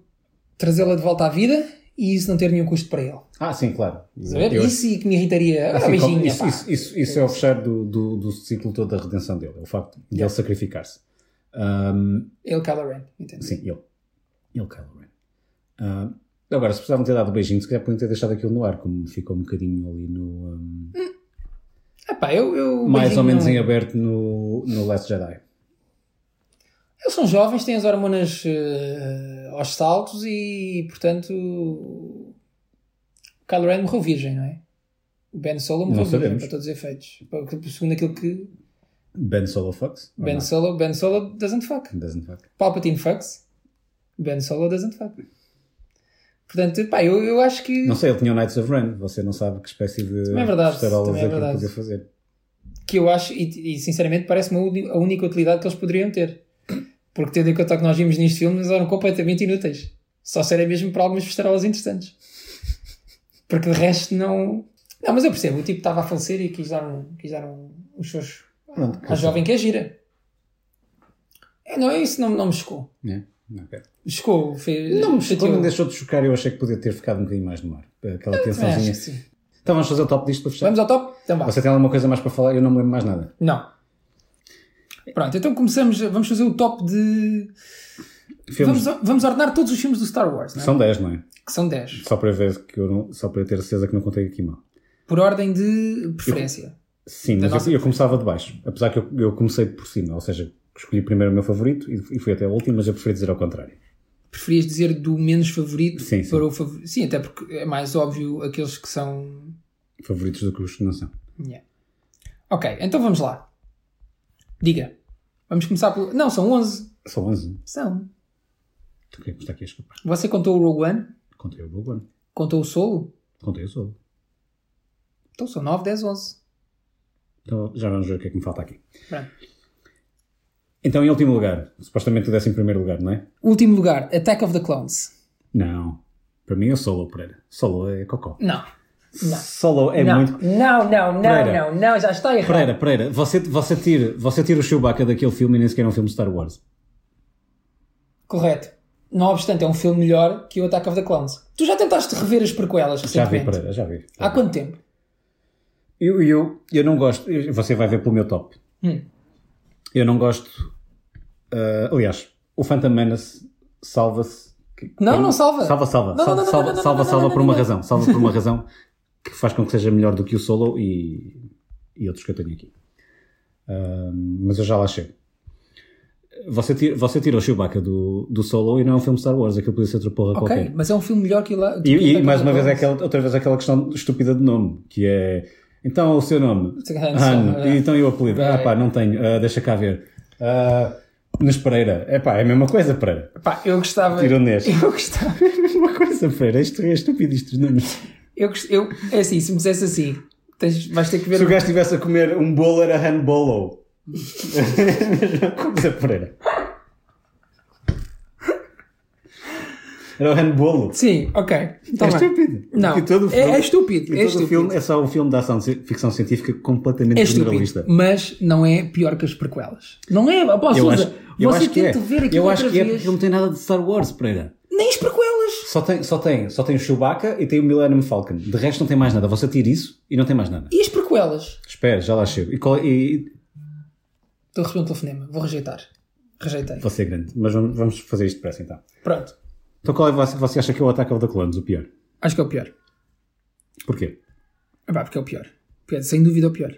Speaker 2: trazê-la de volta à vida e isso não ter nenhum custo para ele.
Speaker 3: Ah, sim, claro.
Speaker 2: Estás a ver?
Speaker 3: Eu-
Speaker 2: Isso e que me irritaria. Ah,
Speaker 3: assim,
Speaker 2: beijinho,
Speaker 3: como- isso,
Speaker 2: pá.
Speaker 3: isso- isso- isso é o fechar do, do, do ciclo todo da redenção dele, é o facto de ele sacrificar-se. Ahm,
Speaker 2: Ele, Kylo Ren, entende?
Speaker 3: Sim, ele. Ele, Kylo Ren. Ah, agora, se precisavam ter dado o beijinho, se calhar podiam ter deixado aquilo no ar, como ficou um bocadinho ali no. ahm,
Speaker 2: Ah, pá, eu, eu- o
Speaker 3: mais
Speaker 2: Um beijinho
Speaker 3: ou menos
Speaker 2: não-
Speaker 3: em aberto no, no Last Jedi.
Speaker 2: Eles são jovens, têm as hormonas eh, aos saltos e, portanto, o Kylo Ren morreu virgem, não é? O Ben Solo morreu
Speaker 3: Não
Speaker 2: virgem,
Speaker 3: sabemos.
Speaker 2: para todos os efeitos. Para- Segundo aquilo que
Speaker 3: Ben Solo Fox?
Speaker 2: Ben Solo, Ben Solo doesn't fuck.
Speaker 3: Doesn't fuck.
Speaker 2: Palpatine fucks, Ben Solo doesn't fuck. Portanto, pá, eu, eu acho que,
Speaker 3: Não sei, ele tinha o Knights of Ren. Você não sabe que espécie de
Speaker 2: Também é verdade,
Speaker 3: pistolas
Speaker 2: também é
Speaker 3: aquilo
Speaker 2: verdade.
Speaker 3: podia fazer.
Speaker 2: que eu acho, e, e sinceramente parece-me a uni- a única utilidade que eles poderiam ter. Porque tendo em conta o que nós vimos neste filme, eles eram completamente inúteis. Só serem mesmo para algumas festarolas interessantes. Porque de resto não... Não, mas eu percebo, o tipo estava a falecer e quis dar um, quis dar um, um xoxo
Speaker 3: Pronto,
Speaker 2: à jovem que é gira. É, não, isso não, não me chocou.
Speaker 3: É, ok.
Speaker 2: Chocou, tipo, fez...
Speaker 3: Não me chocou, não
Speaker 2: chateou.
Speaker 3: deixou de chocar. Eu achei que podia ter ficado um bocadinho mais no ar. Aquela
Speaker 2: Também é, acho
Speaker 3: tensãozinha.
Speaker 2: que sim.
Speaker 3: Então vamos fazer o top disto para fechar.
Speaker 2: Vamos ao top? Então vá.
Speaker 3: Você tem alguma coisa mais para falar? Eu não me lembro mais nada.
Speaker 2: Não. Pronto, então começamos, vamos fazer o top de.
Speaker 3: Filmes.
Speaker 2: Vamos, vamos ordenar todos os filmes do Star Wars, não é?
Speaker 3: São 10, não é?
Speaker 2: que são 10.
Speaker 3: Só para ver que eu não, só para eu ter certeza que não contei aqui mal.
Speaker 2: Por ordem de preferência.
Speaker 3: Sim,
Speaker 2: Da
Speaker 3: mas
Speaker 2: nossa-
Speaker 3: eu, eu começava de baixo, apesar que eu, eu comecei por cima, ou seja, escolhi primeiro o meu favorito e, e fui até o último, mas eu preferi dizer ao contrário.
Speaker 2: Preferias dizer do menos favorito
Speaker 3: Sim, sim.
Speaker 2: para o favorito? Sim, até porque é mais óbvio aqueles que são.
Speaker 3: Favoritos do que os que não são.
Speaker 2: Yeah. Ok, então vamos lá. Diga. Vamos começar pelo. Não, são 11.
Speaker 3: São 11.
Speaker 2: São.
Speaker 3: Tu que é que me está aqui a escapar?
Speaker 2: Você contou o Rogue One?
Speaker 3: Contei o Rogue One.
Speaker 2: Contou o Solo?
Speaker 3: Contei o Solo.
Speaker 2: Então são 9, 10, 11.
Speaker 3: Então já vamos ver o que é que me falta aqui.
Speaker 2: Pronto.
Speaker 3: Então, em último lugar, supostamente o décimo primeiro lugar, não é?
Speaker 2: Último lugar: Attack of the Clones.
Speaker 3: Não. Para mim é o Solo, Pereira. Solo é cocó.
Speaker 2: Não. Não.
Speaker 3: Solo é
Speaker 2: não,
Speaker 3: muito...
Speaker 2: não, não, não,
Speaker 3: Pereira.
Speaker 2: não, não, já está errado.
Speaker 3: Pereira, Pereira, você, você, tira, você tira o Chewbacca daquele filme e nem sequer é um filme de Star Wars.
Speaker 2: Correto. Não obstante, é um filme melhor que o Attack of the Clowns. Tu já tentaste rever as prequelas
Speaker 3: Já vi,
Speaker 2: recentemente?
Speaker 3: Pereira, já vi.
Speaker 2: Há quanto tempo?
Speaker 3: Eu, eu, eu não gosto. eu- Você vai ver pelo meu top.
Speaker 2: Hum.
Speaker 3: Eu não gosto. ah, aliás, o Phantom Menace salva-se. que-
Speaker 2: Não,
Speaker 3: por-
Speaker 2: não salva.
Speaker 3: Salva, salva.
Speaker 2: Não, não, não,
Speaker 3: Salva,
Speaker 2: não, não,
Speaker 3: salva,
Speaker 2: não,
Speaker 3: salva,
Speaker 2: não,
Speaker 3: salva
Speaker 2: não,
Speaker 3: por
Speaker 2: não,
Speaker 3: uma
Speaker 2: não.
Speaker 3: razão. Salva por uma razão que faz com que seja melhor do que o Solo e, e outros que eu tenho aqui. Ah, mas eu já lá chego. Você tira, você tira o Chewbacca do, do Solo e não é um filme Star Wars. Aquilo podia ser outra porra
Speaker 2: Ok,
Speaker 3: qualquer.
Speaker 2: mas é um filme melhor que o lá. que
Speaker 3: E,
Speaker 2: o
Speaker 3: e
Speaker 2: Attack
Speaker 3: mais
Speaker 2: of the
Speaker 3: uma vez, é
Speaker 2: Clones.
Speaker 3: aquela, outra vez, aquela questão estúpida de nome, que é. Então, o seu nome?
Speaker 2: Han
Speaker 3: Han.
Speaker 2: Solo, é.
Speaker 3: E então, e o apelido? Ah, pá, não tenho. Ah, deixa cá ver. Ah, Mas Pereira, é pá, é a mesma coisa, Pereira.
Speaker 2: Pá, eu gostava.
Speaker 3: Tirou neste.
Speaker 2: Eu gostava.
Speaker 3: É a mesma coisa, Pereira. Isto é estúpido, isto não. Se
Speaker 2: Eu, gost- eu, é assim, se me dissesse assim, tens, vais ter que ver.
Speaker 3: o gajo estivesse a comer um bolo, era handbolo. É a mesma coisa, Pereira. Era o handbolo.
Speaker 2: Sim, ok. Tá bem.
Speaker 3: é estúpido.
Speaker 2: Não,
Speaker 3: E todo o
Speaker 2: é- é estúpido, é
Speaker 3: e todo o
Speaker 2: estúpido.
Speaker 3: filme é só um filme de ação de ficção científica completamente
Speaker 2: É
Speaker 3: generalista.
Speaker 2: estúpido, mas não é pior que as prequelas. Não é? Pá,
Speaker 3: Eu
Speaker 2: Sousa,
Speaker 3: acho, eu
Speaker 2: você
Speaker 3: acho que é.
Speaker 2: tenta ver aquilo
Speaker 3: Eu acho
Speaker 2: outra
Speaker 3: que é
Speaker 2: vez.
Speaker 3: porque não tem nada de Star Wars, Pereira.
Speaker 2: Nem as prequelas.
Speaker 3: Só tem, só tem, só tem o Chewbacca e tem o Millennium Falcon. De resto não tem mais nada. Você tira isso e não tem mais nada.
Speaker 2: E as prequelas?
Speaker 3: Espera, já lá chego. E, qual- e-
Speaker 2: Estou a receber um telefonema. Vou rejeitar. Rejeitei.
Speaker 3: você é grande, mas vamos, vamos fazer isto depressa então.
Speaker 2: Pronto.
Speaker 3: Então qual é você, você acha que é o Attack of the Clones, o pior?
Speaker 2: Acho que é o pior.
Speaker 3: Porquê?
Speaker 2: Ah, pá, porque é o pior. Pior, Sem dúvida é o pior.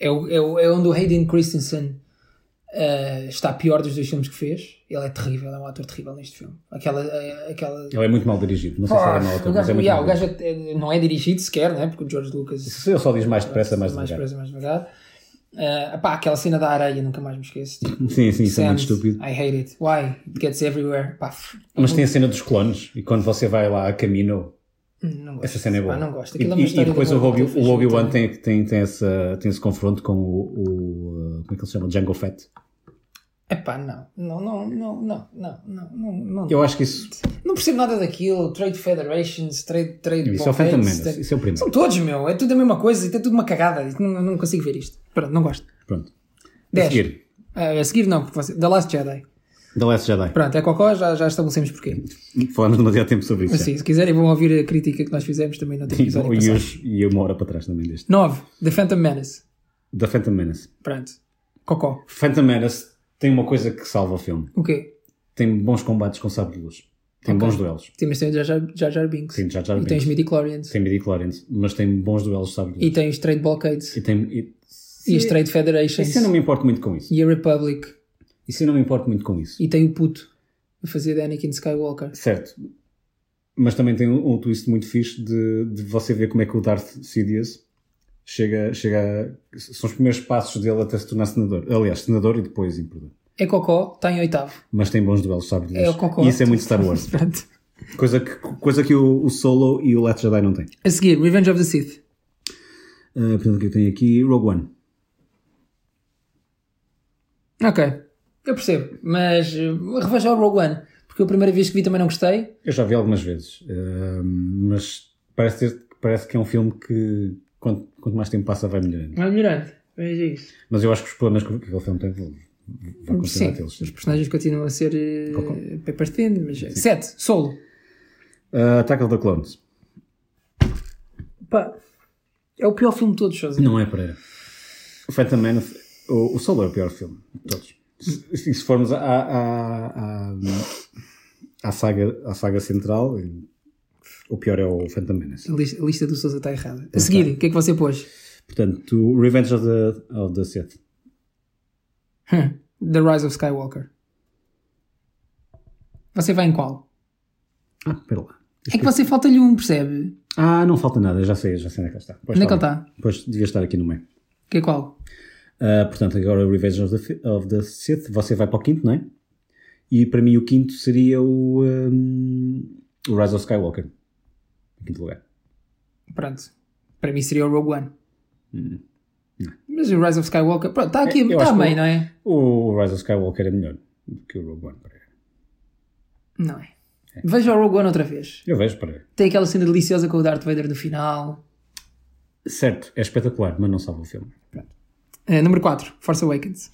Speaker 2: É, o, é, o- é onde o Hayden Christensen ah, está pior dos dois filmes que fez. Ele é terrível, é um ator terrível neste filme. Aquela. eh, aquela...
Speaker 3: Ele é muito mal dirigido. Não sei se
Speaker 2: Pá,
Speaker 3: era mal
Speaker 2: o
Speaker 3: ator, mas
Speaker 2: gajo,
Speaker 3: é muito
Speaker 2: yeah,
Speaker 3: mal
Speaker 2: o
Speaker 3: dirigido.
Speaker 2: gajo é- é- não é dirigido sequer, né? porque o George Lucas.
Speaker 3: Se eu só diz mais depressa, mais
Speaker 2: mais
Speaker 3: devagar.
Speaker 2: depressa, mais devagar. Ah, pá, aquela cena da areia, nunca mais me esqueço. Tipo,
Speaker 3: Sim, sim, isso é muito
Speaker 2: Sand,
Speaker 3: estúpido.
Speaker 2: I hate it. Why? It gets everywhere. Pá, f-
Speaker 3: Mas tem a cena dos clones, e quando você vai lá a caminho,
Speaker 2: não gosto.
Speaker 3: essa cena é boa.
Speaker 2: Pá, não gosto.
Speaker 3: E,
Speaker 2: Aquilo é uma
Speaker 3: e- e
Speaker 2: história de
Speaker 3: depois o
Speaker 2: amor então.
Speaker 3: Obi-
Speaker 2: que eu
Speaker 3: o Obi-Wan
Speaker 2: fiz,
Speaker 3: tem, tem, tem, essa, tem esse confronto com o, o, uh, Como é que ele se chama? Django Fett.
Speaker 2: Epá, não. Não, não, não, não, não, não, não, não.
Speaker 3: Eu acho que isso.
Speaker 2: Não percebo nada daquilo. Trade Federations, Trade. trade
Speaker 3: Isso é o Phantom
Speaker 2: blockades,
Speaker 3: Menace,
Speaker 2: tra-
Speaker 3: isso é o primeiro.
Speaker 2: São todos, meu. É tudo a mesma coisa. Isto é tudo uma cagada. Isto Não, não consigo ver isto. Pronto, não gosto.
Speaker 3: Pronto. A
Speaker 2: 10.
Speaker 3: seguir,
Speaker 2: Ah, a seguir, não. Porque você... The Last Jedi.
Speaker 3: The Last Jedi.
Speaker 2: Pronto, é Cocó, já, já estabelecemos porquê.
Speaker 3: Falámos demasiado tempo sobre isso.
Speaker 2: Mas
Speaker 3: já.
Speaker 2: sim, se quiserem, vão ouvir a crítica que nós fizemos também no outro
Speaker 3: E,
Speaker 2: episódio.
Speaker 3: e,
Speaker 2: passado.
Speaker 3: os- e uma hora para trás também deste.
Speaker 2: 9. The Phantom Menace.
Speaker 3: Da Phantom Menace.
Speaker 2: Pronto. Cocó.
Speaker 3: Phantom Menace tem uma coisa que salva o filme.
Speaker 2: O quê?
Speaker 3: Tem bons combates com sabre de luz. Tem
Speaker 2: Ok.
Speaker 3: bons duelos.
Speaker 2: Sim, mas tem o Jar Jar- Jar Jar Binks.
Speaker 3: Tem Jar Jar
Speaker 2: E tem os
Speaker 3: Binks.
Speaker 2: midi-chlorians.
Speaker 3: Tem midi-chlorians, mas tem bons duelos de sabre de
Speaker 2: E
Speaker 3: luz.
Speaker 2: tem os Trade Blockades.
Speaker 3: E tem... E,
Speaker 2: E, os Trade Federations.
Speaker 3: Isso eu não me importo muito com isso.
Speaker 2: E a Republic.
Speaker 3: Isso eu não me importo muito com isso.
Speaker 2: E tem o puto a fazer de Anakin Skywalker.
Speaker 3: Certo. Mas também tem um, um twist muito fixe de, de você ver como é que o Darth Sidious chega, chega a, São os primeiros passos dele até se tornar senador. Aliás, senador e depois imperador.
Speaker 2: É Cocó, está em oitavo.
Speaker 3: Mas tem bons duelos, sabe?
Speaker 2: É o Cocó.
Speaker 3: E isso é muito Star Wars.
Speaker 2: Pronto.
Speaker 3: coisa que, coisa que o, o Solo e o Last Jedi não têm.
Speaker 2: A seguir, Revenge of the Sith.
Speaker 3: Ah, portanto, o que eu tenho aqui Rogue One.
Speaker 2: Ok. Eu percebo. Mas eh, revejo ao Rogue One. Porque a primeira vez que vi também não gostei.
Speaker 3: Eu já vi algumas vezes, ah, mas parece, ter- parece que é um filme que quanto, quanto mais tempo passa vai melhorando.
Speaker 2: Vai melhorando. Mas é isso.
Speaker 3: Mas eu acho que os problemas que que aquele filme tem vão vão
Speaker 2: Sim,
Speaker 3: continuar a tê-los.
Speaker 2: os personagens continuam a ser eh,
Speaker 3: Cocó.
Speaker 2: paper thin, mas... eh, Sete, Solo.
Speaker 3: Ah, Attack of the Clones.
Speaker 2: Pá, é o pior filme de todos, Sousa.
Speaker 3: Não é Pereira. O Phantom Menace, o, o Solo é o pior filme de todos. Se, se- se formos à, à, à, à saga, à saga central, eh, o pior é o Phantom Menace.
Speaker 2: A lis- a lista do Sousa está errada. A
Speaker 3: tá.
Speaker 2: seguir, o que é que você pôs?
Speaker 3: Portanto, Revenge of the, of the Sith.
Speaker 2: Hum, The Rise of Skywalker. Você vai em qual?
Speaker 3: Ah, espera lá.
Speaker 2: É que você falta-lhe um, percebe?
Speaker 3: Ah, não falta nada, já sei, já sei onde é que ele está. Pois
Speaker 2: Onde é que ele
Speaker 3: bem.
Speaker 2: está?
Speaker 3: Pois devia estar aqui no meio.
Speaker 2: Que é qual?
Speaker 3: Ah, portanto, agora o Revenge of the, Fi- of the Sith, você vai para o quinto, não é? E para mim o quinto seria o, hum, o Rise of Skywalker. Em quinto lugar.
Speaker 2: Pronto. Para mim seria o Rogue One. Mas o Rise of Skywalker. Pronto, está aqui,
Speaker 3: Hum. Eu
Speaker 2: está
Speaker 3: acho
Speaker 2: a
Speaker 3: que
Speaker 2: meio,
Speaker 3: o-
Speaker 2: não é?
Speaker 3: O Rise of Skywalker é melhor do que o Rogue One. Pereira.
Speaker 2: Não é. Veja o Rogue One outra vez.
Speaker 3: Eu vejo, para
Speaker 2: Tem aquela cena deliciosa com o Darth Vader no final.
Speaker 3: Certo, é espetacular, mas não salva o filme.
Speaker 2: Eh, número 4, Force Awakens.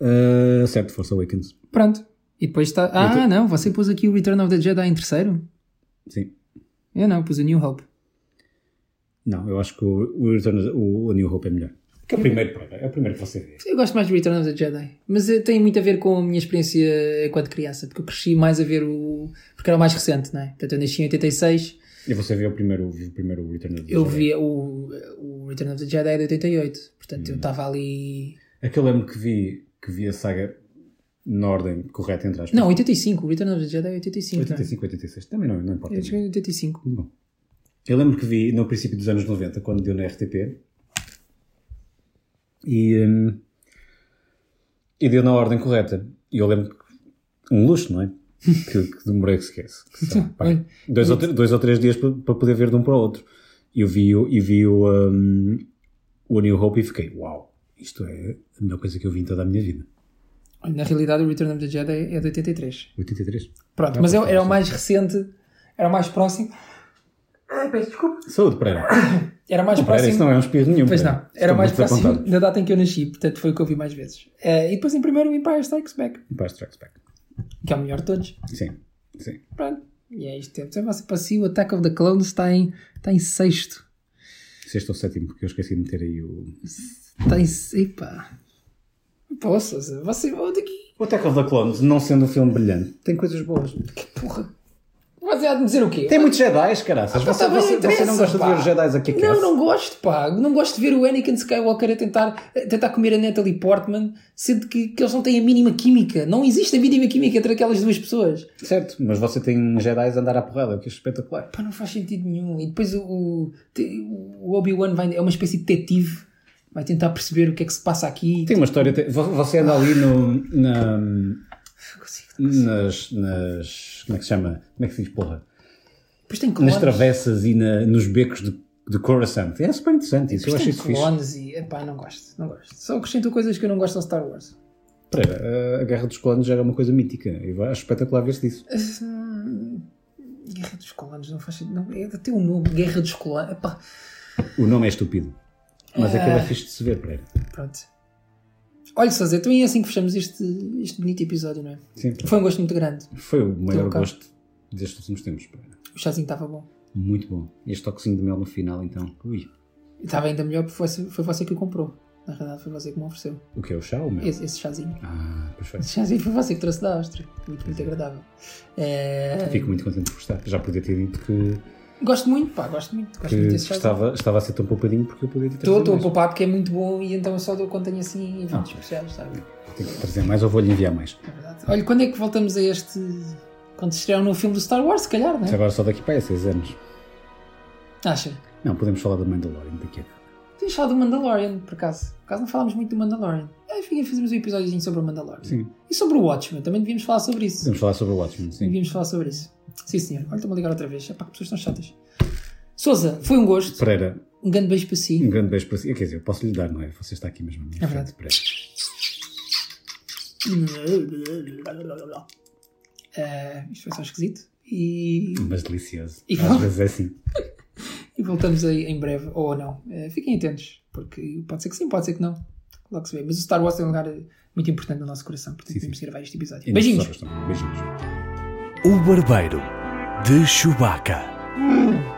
Speaker 3: Ah, certo, Force Awakens.
Speaker 2: Pronto. E depois está. Ah, não, você pôs aqui o Return of the Jedi em terceiro?
Speaker 3: Sim.
Speaker 2: Eu não, pus o New Hope.
Speaker 3: Não, eu acho que o, o, Return- o- o New Hope é melhor. Que é o primeiro, Pereira, é o primeiro que você vê.
Speaker 2: Eu gosto mais de Return of the Jedi, mas eh, tem muito a ver com a minha experiência enquanto criança, porque eu cresci mais a ver o. porque era o mais recente, não é? Portanto, eu nasci em 86,
Speaker 3: E você vê o primeiro, o primeiro Return of the
Speaker 2: eu
Speaker 3: Jedi.
Speaker 2: via o, o Return of the Jedi é de 88, portanto,
Speaker 3: Hum.
Speaker 2: eu estava ali.
Speaker 3: Aquele ano que vi, que vi a saga na ordem correta, entre aspas.
Speaker 2: Não, 85, o Return of the Jedi é 85.
Speaker 3: 85, 86, também não, não importa.
Speaker 2: Não é? Eu cheguei em 85.
Speaker 3: Bom, eu lembro que vi no princípio dos anos 90, quando deu na RTP, e hum, E deu na ordem correta. E eu lembro que- um luxo, não é? Que, que demorei que esquece. Que são, pá,
Speaker 2: Olha,
Speaker 3: dois, ou, tre- dois ou três dias para, para poder ver de um para o outro. E eu vi, o- e vi o, um, o A New Hope e fiquei, uau, isto é a melhor coisa que eu vi em toda a minha vida.
Speaker 2: Olha, Na realidade, o Return of the Jedi é de 83.
Speaker 3: 83.
Speaker 2: Pronto, mas é- era o mais recente, era o mais próximo. Ai, peço desculpa.
Speaker 3: Saúde, Pereira.
Speaker 2: Era mais
Speaker 3: Pereira, isso
Speaker 2: próximo.
Speaker 3: não é um espirro nenhum.
Speaker 2: Pois
Speaker 3: Pereira.
Speaker 2: não, era
Speaker 3: Estou
Speaker 2: mais
Speaker 3: muito
Speaker 2: próximo
Speaker 3: apontado.
Speaker 2: da data em que eu nasci, portanto foi o que eu vi mais vezes. Eh, e depois em primeiro o Empire Strikes Back,
Speaker 3: Empire Strikes Back.
Speaker 2: que é o melhor de todos.
Speaker 3: Sim, sim.
Speaker 2: Pronto, e é isto. Então, você passou, o Attack of the Clones está em, está em sexto.
Speaker 3: Sexto ou sétimo, porque eu esqueci de meter aí o.
Speaker 2: Está em. se- Epá. Posso, você. oh, Onde aqui?
Speaker 3: O Attack of the Clones, não sendo um filme brilhante, tem coisas boas.
Speaker 2: Porra. Você há de me dizer o quê?
Speaker 3: Tem muitos Jedi's, caraças. Você,
Speaker 2: tá bem,
Speaker 3: você- você
Speaker 2: interessa,
Speaker 3: não gosta
Speaker 2: pá.
Speaker 3: de ver os Jedi's aqui
Speaker 2: Não, não gosto, pá. Não gosto de ver o Anakin Skywalker a tentar, a tentar comer a Natalie Portman, sendo que, que eles não têm a mínima química. Não existe a mínima química entre aquelas duas pessoas.
Speaker 3: Certo, mas você tem um Jedi's a andar à porrada, o que é espetacular.
Speaker 2: Pá, não faz sentido nenhum. E depois o, o, te- o Obi-Wan vai- é uma espécie de detetive, vai tentar perceber o que é que se passa aqui.
Speaker 3: Tem uma história. tem- vo- Você anda ali no, na,
Speaker 2: Não consigo.
Speaker 3: nas, nas. Como é que se chama? Como é que se diz, porra?
Speaker 2: Depois tem
Speaker 3: Nas
Speaker 2: clones.
Speaker 3: travessas e na- nos becos de, de Coruscant. É super interessante isso. Eu
Speaker 2: Depois
Speaker 3: acho
Speaker 2: tem
Speaker 3: isso fixe.
Speaker 2: clones e. Epá, não gosto, não gosto. Só acrescento coisas que eu não gosto ao Star Wars.
Speaker 3: Pereira, Ah, a- a Guerra dos Clones já era uma coisa mítica. Eu acho espetacular ver-se disso.
Speaker 2: Hum, Guerra dos Clones não faz sentido. Não, é até o nome, Guerra dos Clones. Epá,
Speaker 3: O nome é estúpido. Mas aquilo é
Speaker 2: Ah.
Speaker 3: fixe de se ver, Pereira.
Speaker 2: Pronto. Olha, Sousa, então é assim que fechamos este, este bonito episódio, não é?
Speaker 3: Sim.
Speaker 2: Foi um gosto muito grande.
Speaker 3: Foi o maior
Speaker 2: Então, cá.
Speaker 3: gosto destes últimos tempos, Pereira.
Speaker 2: O chazinho estava bom.
Speaker 3: Muito bom. Este toquezinho de mel no final, então. Ui.
Speaker 2: Estava ainda melhor porque foi, foi você que o comprou. Na realidade, foi você que me ofereceu.
Speaker 3: O que é o chá ou o mel?
Speaker 2: Esse, esse chazinho.
Speaker 3: Ah, pois foi.
Speaker 2: Esse chazinho foi você que trouxe da Áustria. Muito, muito agradável. É,
Speaker 3: Fico muito contente por estar. Já podia ter dito que,
Speaker 2: Gosto muito, pá, gosto muito. Gosto
Speaker 3: que
Speaker 2: muito desse chazinho.
Speaker 3: estava, estava a ser tão poupadinho porque eu podia ter
Speaker 2: Estou
Speaker 3: trazido
Speaker 2: estou a
Speaker 3: mais.
Speaker 2: poupar porque é muito bom e então eu só dou quando tenho assim eventos
Speaker 3: Ah.
Speaker 2: especiais, sabe?
Speaker 3: Tenho que trazer mais ou vou-lhe enviar mais.
Speaker 2: É verdade. Olha, quando é que voltamos a este. Quando se estrear um novo filme do Star Wars, se calhar, não
Speaker 3: Mas
Speaker 2: é?
Speaker 3: agora só daqui para aí, seis anos.
Speaker 2: Acha?
Speaker 3: Não, podemos falar do Mandalorian daqui a nada.
Speaker 2: Podemos falar do Mandalorian, por acaso. Por acaso não falámos muito do Mandalorian. Aí fica- fizemos um episódiozinho sobre o Mandalorian.
Speaker 3: Sim.
Speaker 2: E sobre o Watchmen, também devíamos falar sobre isso.
Speaker 3: Podemos falar sobre o Watchmen, sim.
Speaker 2: Devíamos falar sobre isso. Sim, senhor. Olha, estou-me a ligar outra vez. Epá, que pessoas estão chatas. Souza, foi um gosto.
Speaker 3: Pereira,
Speaker 2: Um grande beijo para si.
Speaker 3: um grande beijo para si. Quer dizer, eu posso lhe dar, não é? Você está aqui mesmo. à minha
Speaker 2: É verdade.
Speaker 3: frente, Pereira.
Speaker 2: Eh, isto foi só esquisito. E,
Speaker 3: Mas delicioso.
Speaker 2: E
Speaker 3: Às
Speaker 2: vamos-
Speaker 3: vezes é assim.
Speaker 2: e voltamos aí em breve, ou não. Eh, fiquem atentos, porque pode ser que sim, pode ser que não. Logo se vê. Mas o Star Wars tem um lugar eh, muito importante no nosso coração, portanto
Speaker 3: Sim, sim.
Speaker 2: temos de gravar este episódio.
Speaker 3: E nas
Speaker 2: Beijinhos!
Speaker 3: pessoas também. Beijinhos.
Speaker 1: O barbeiro de Chewbacca.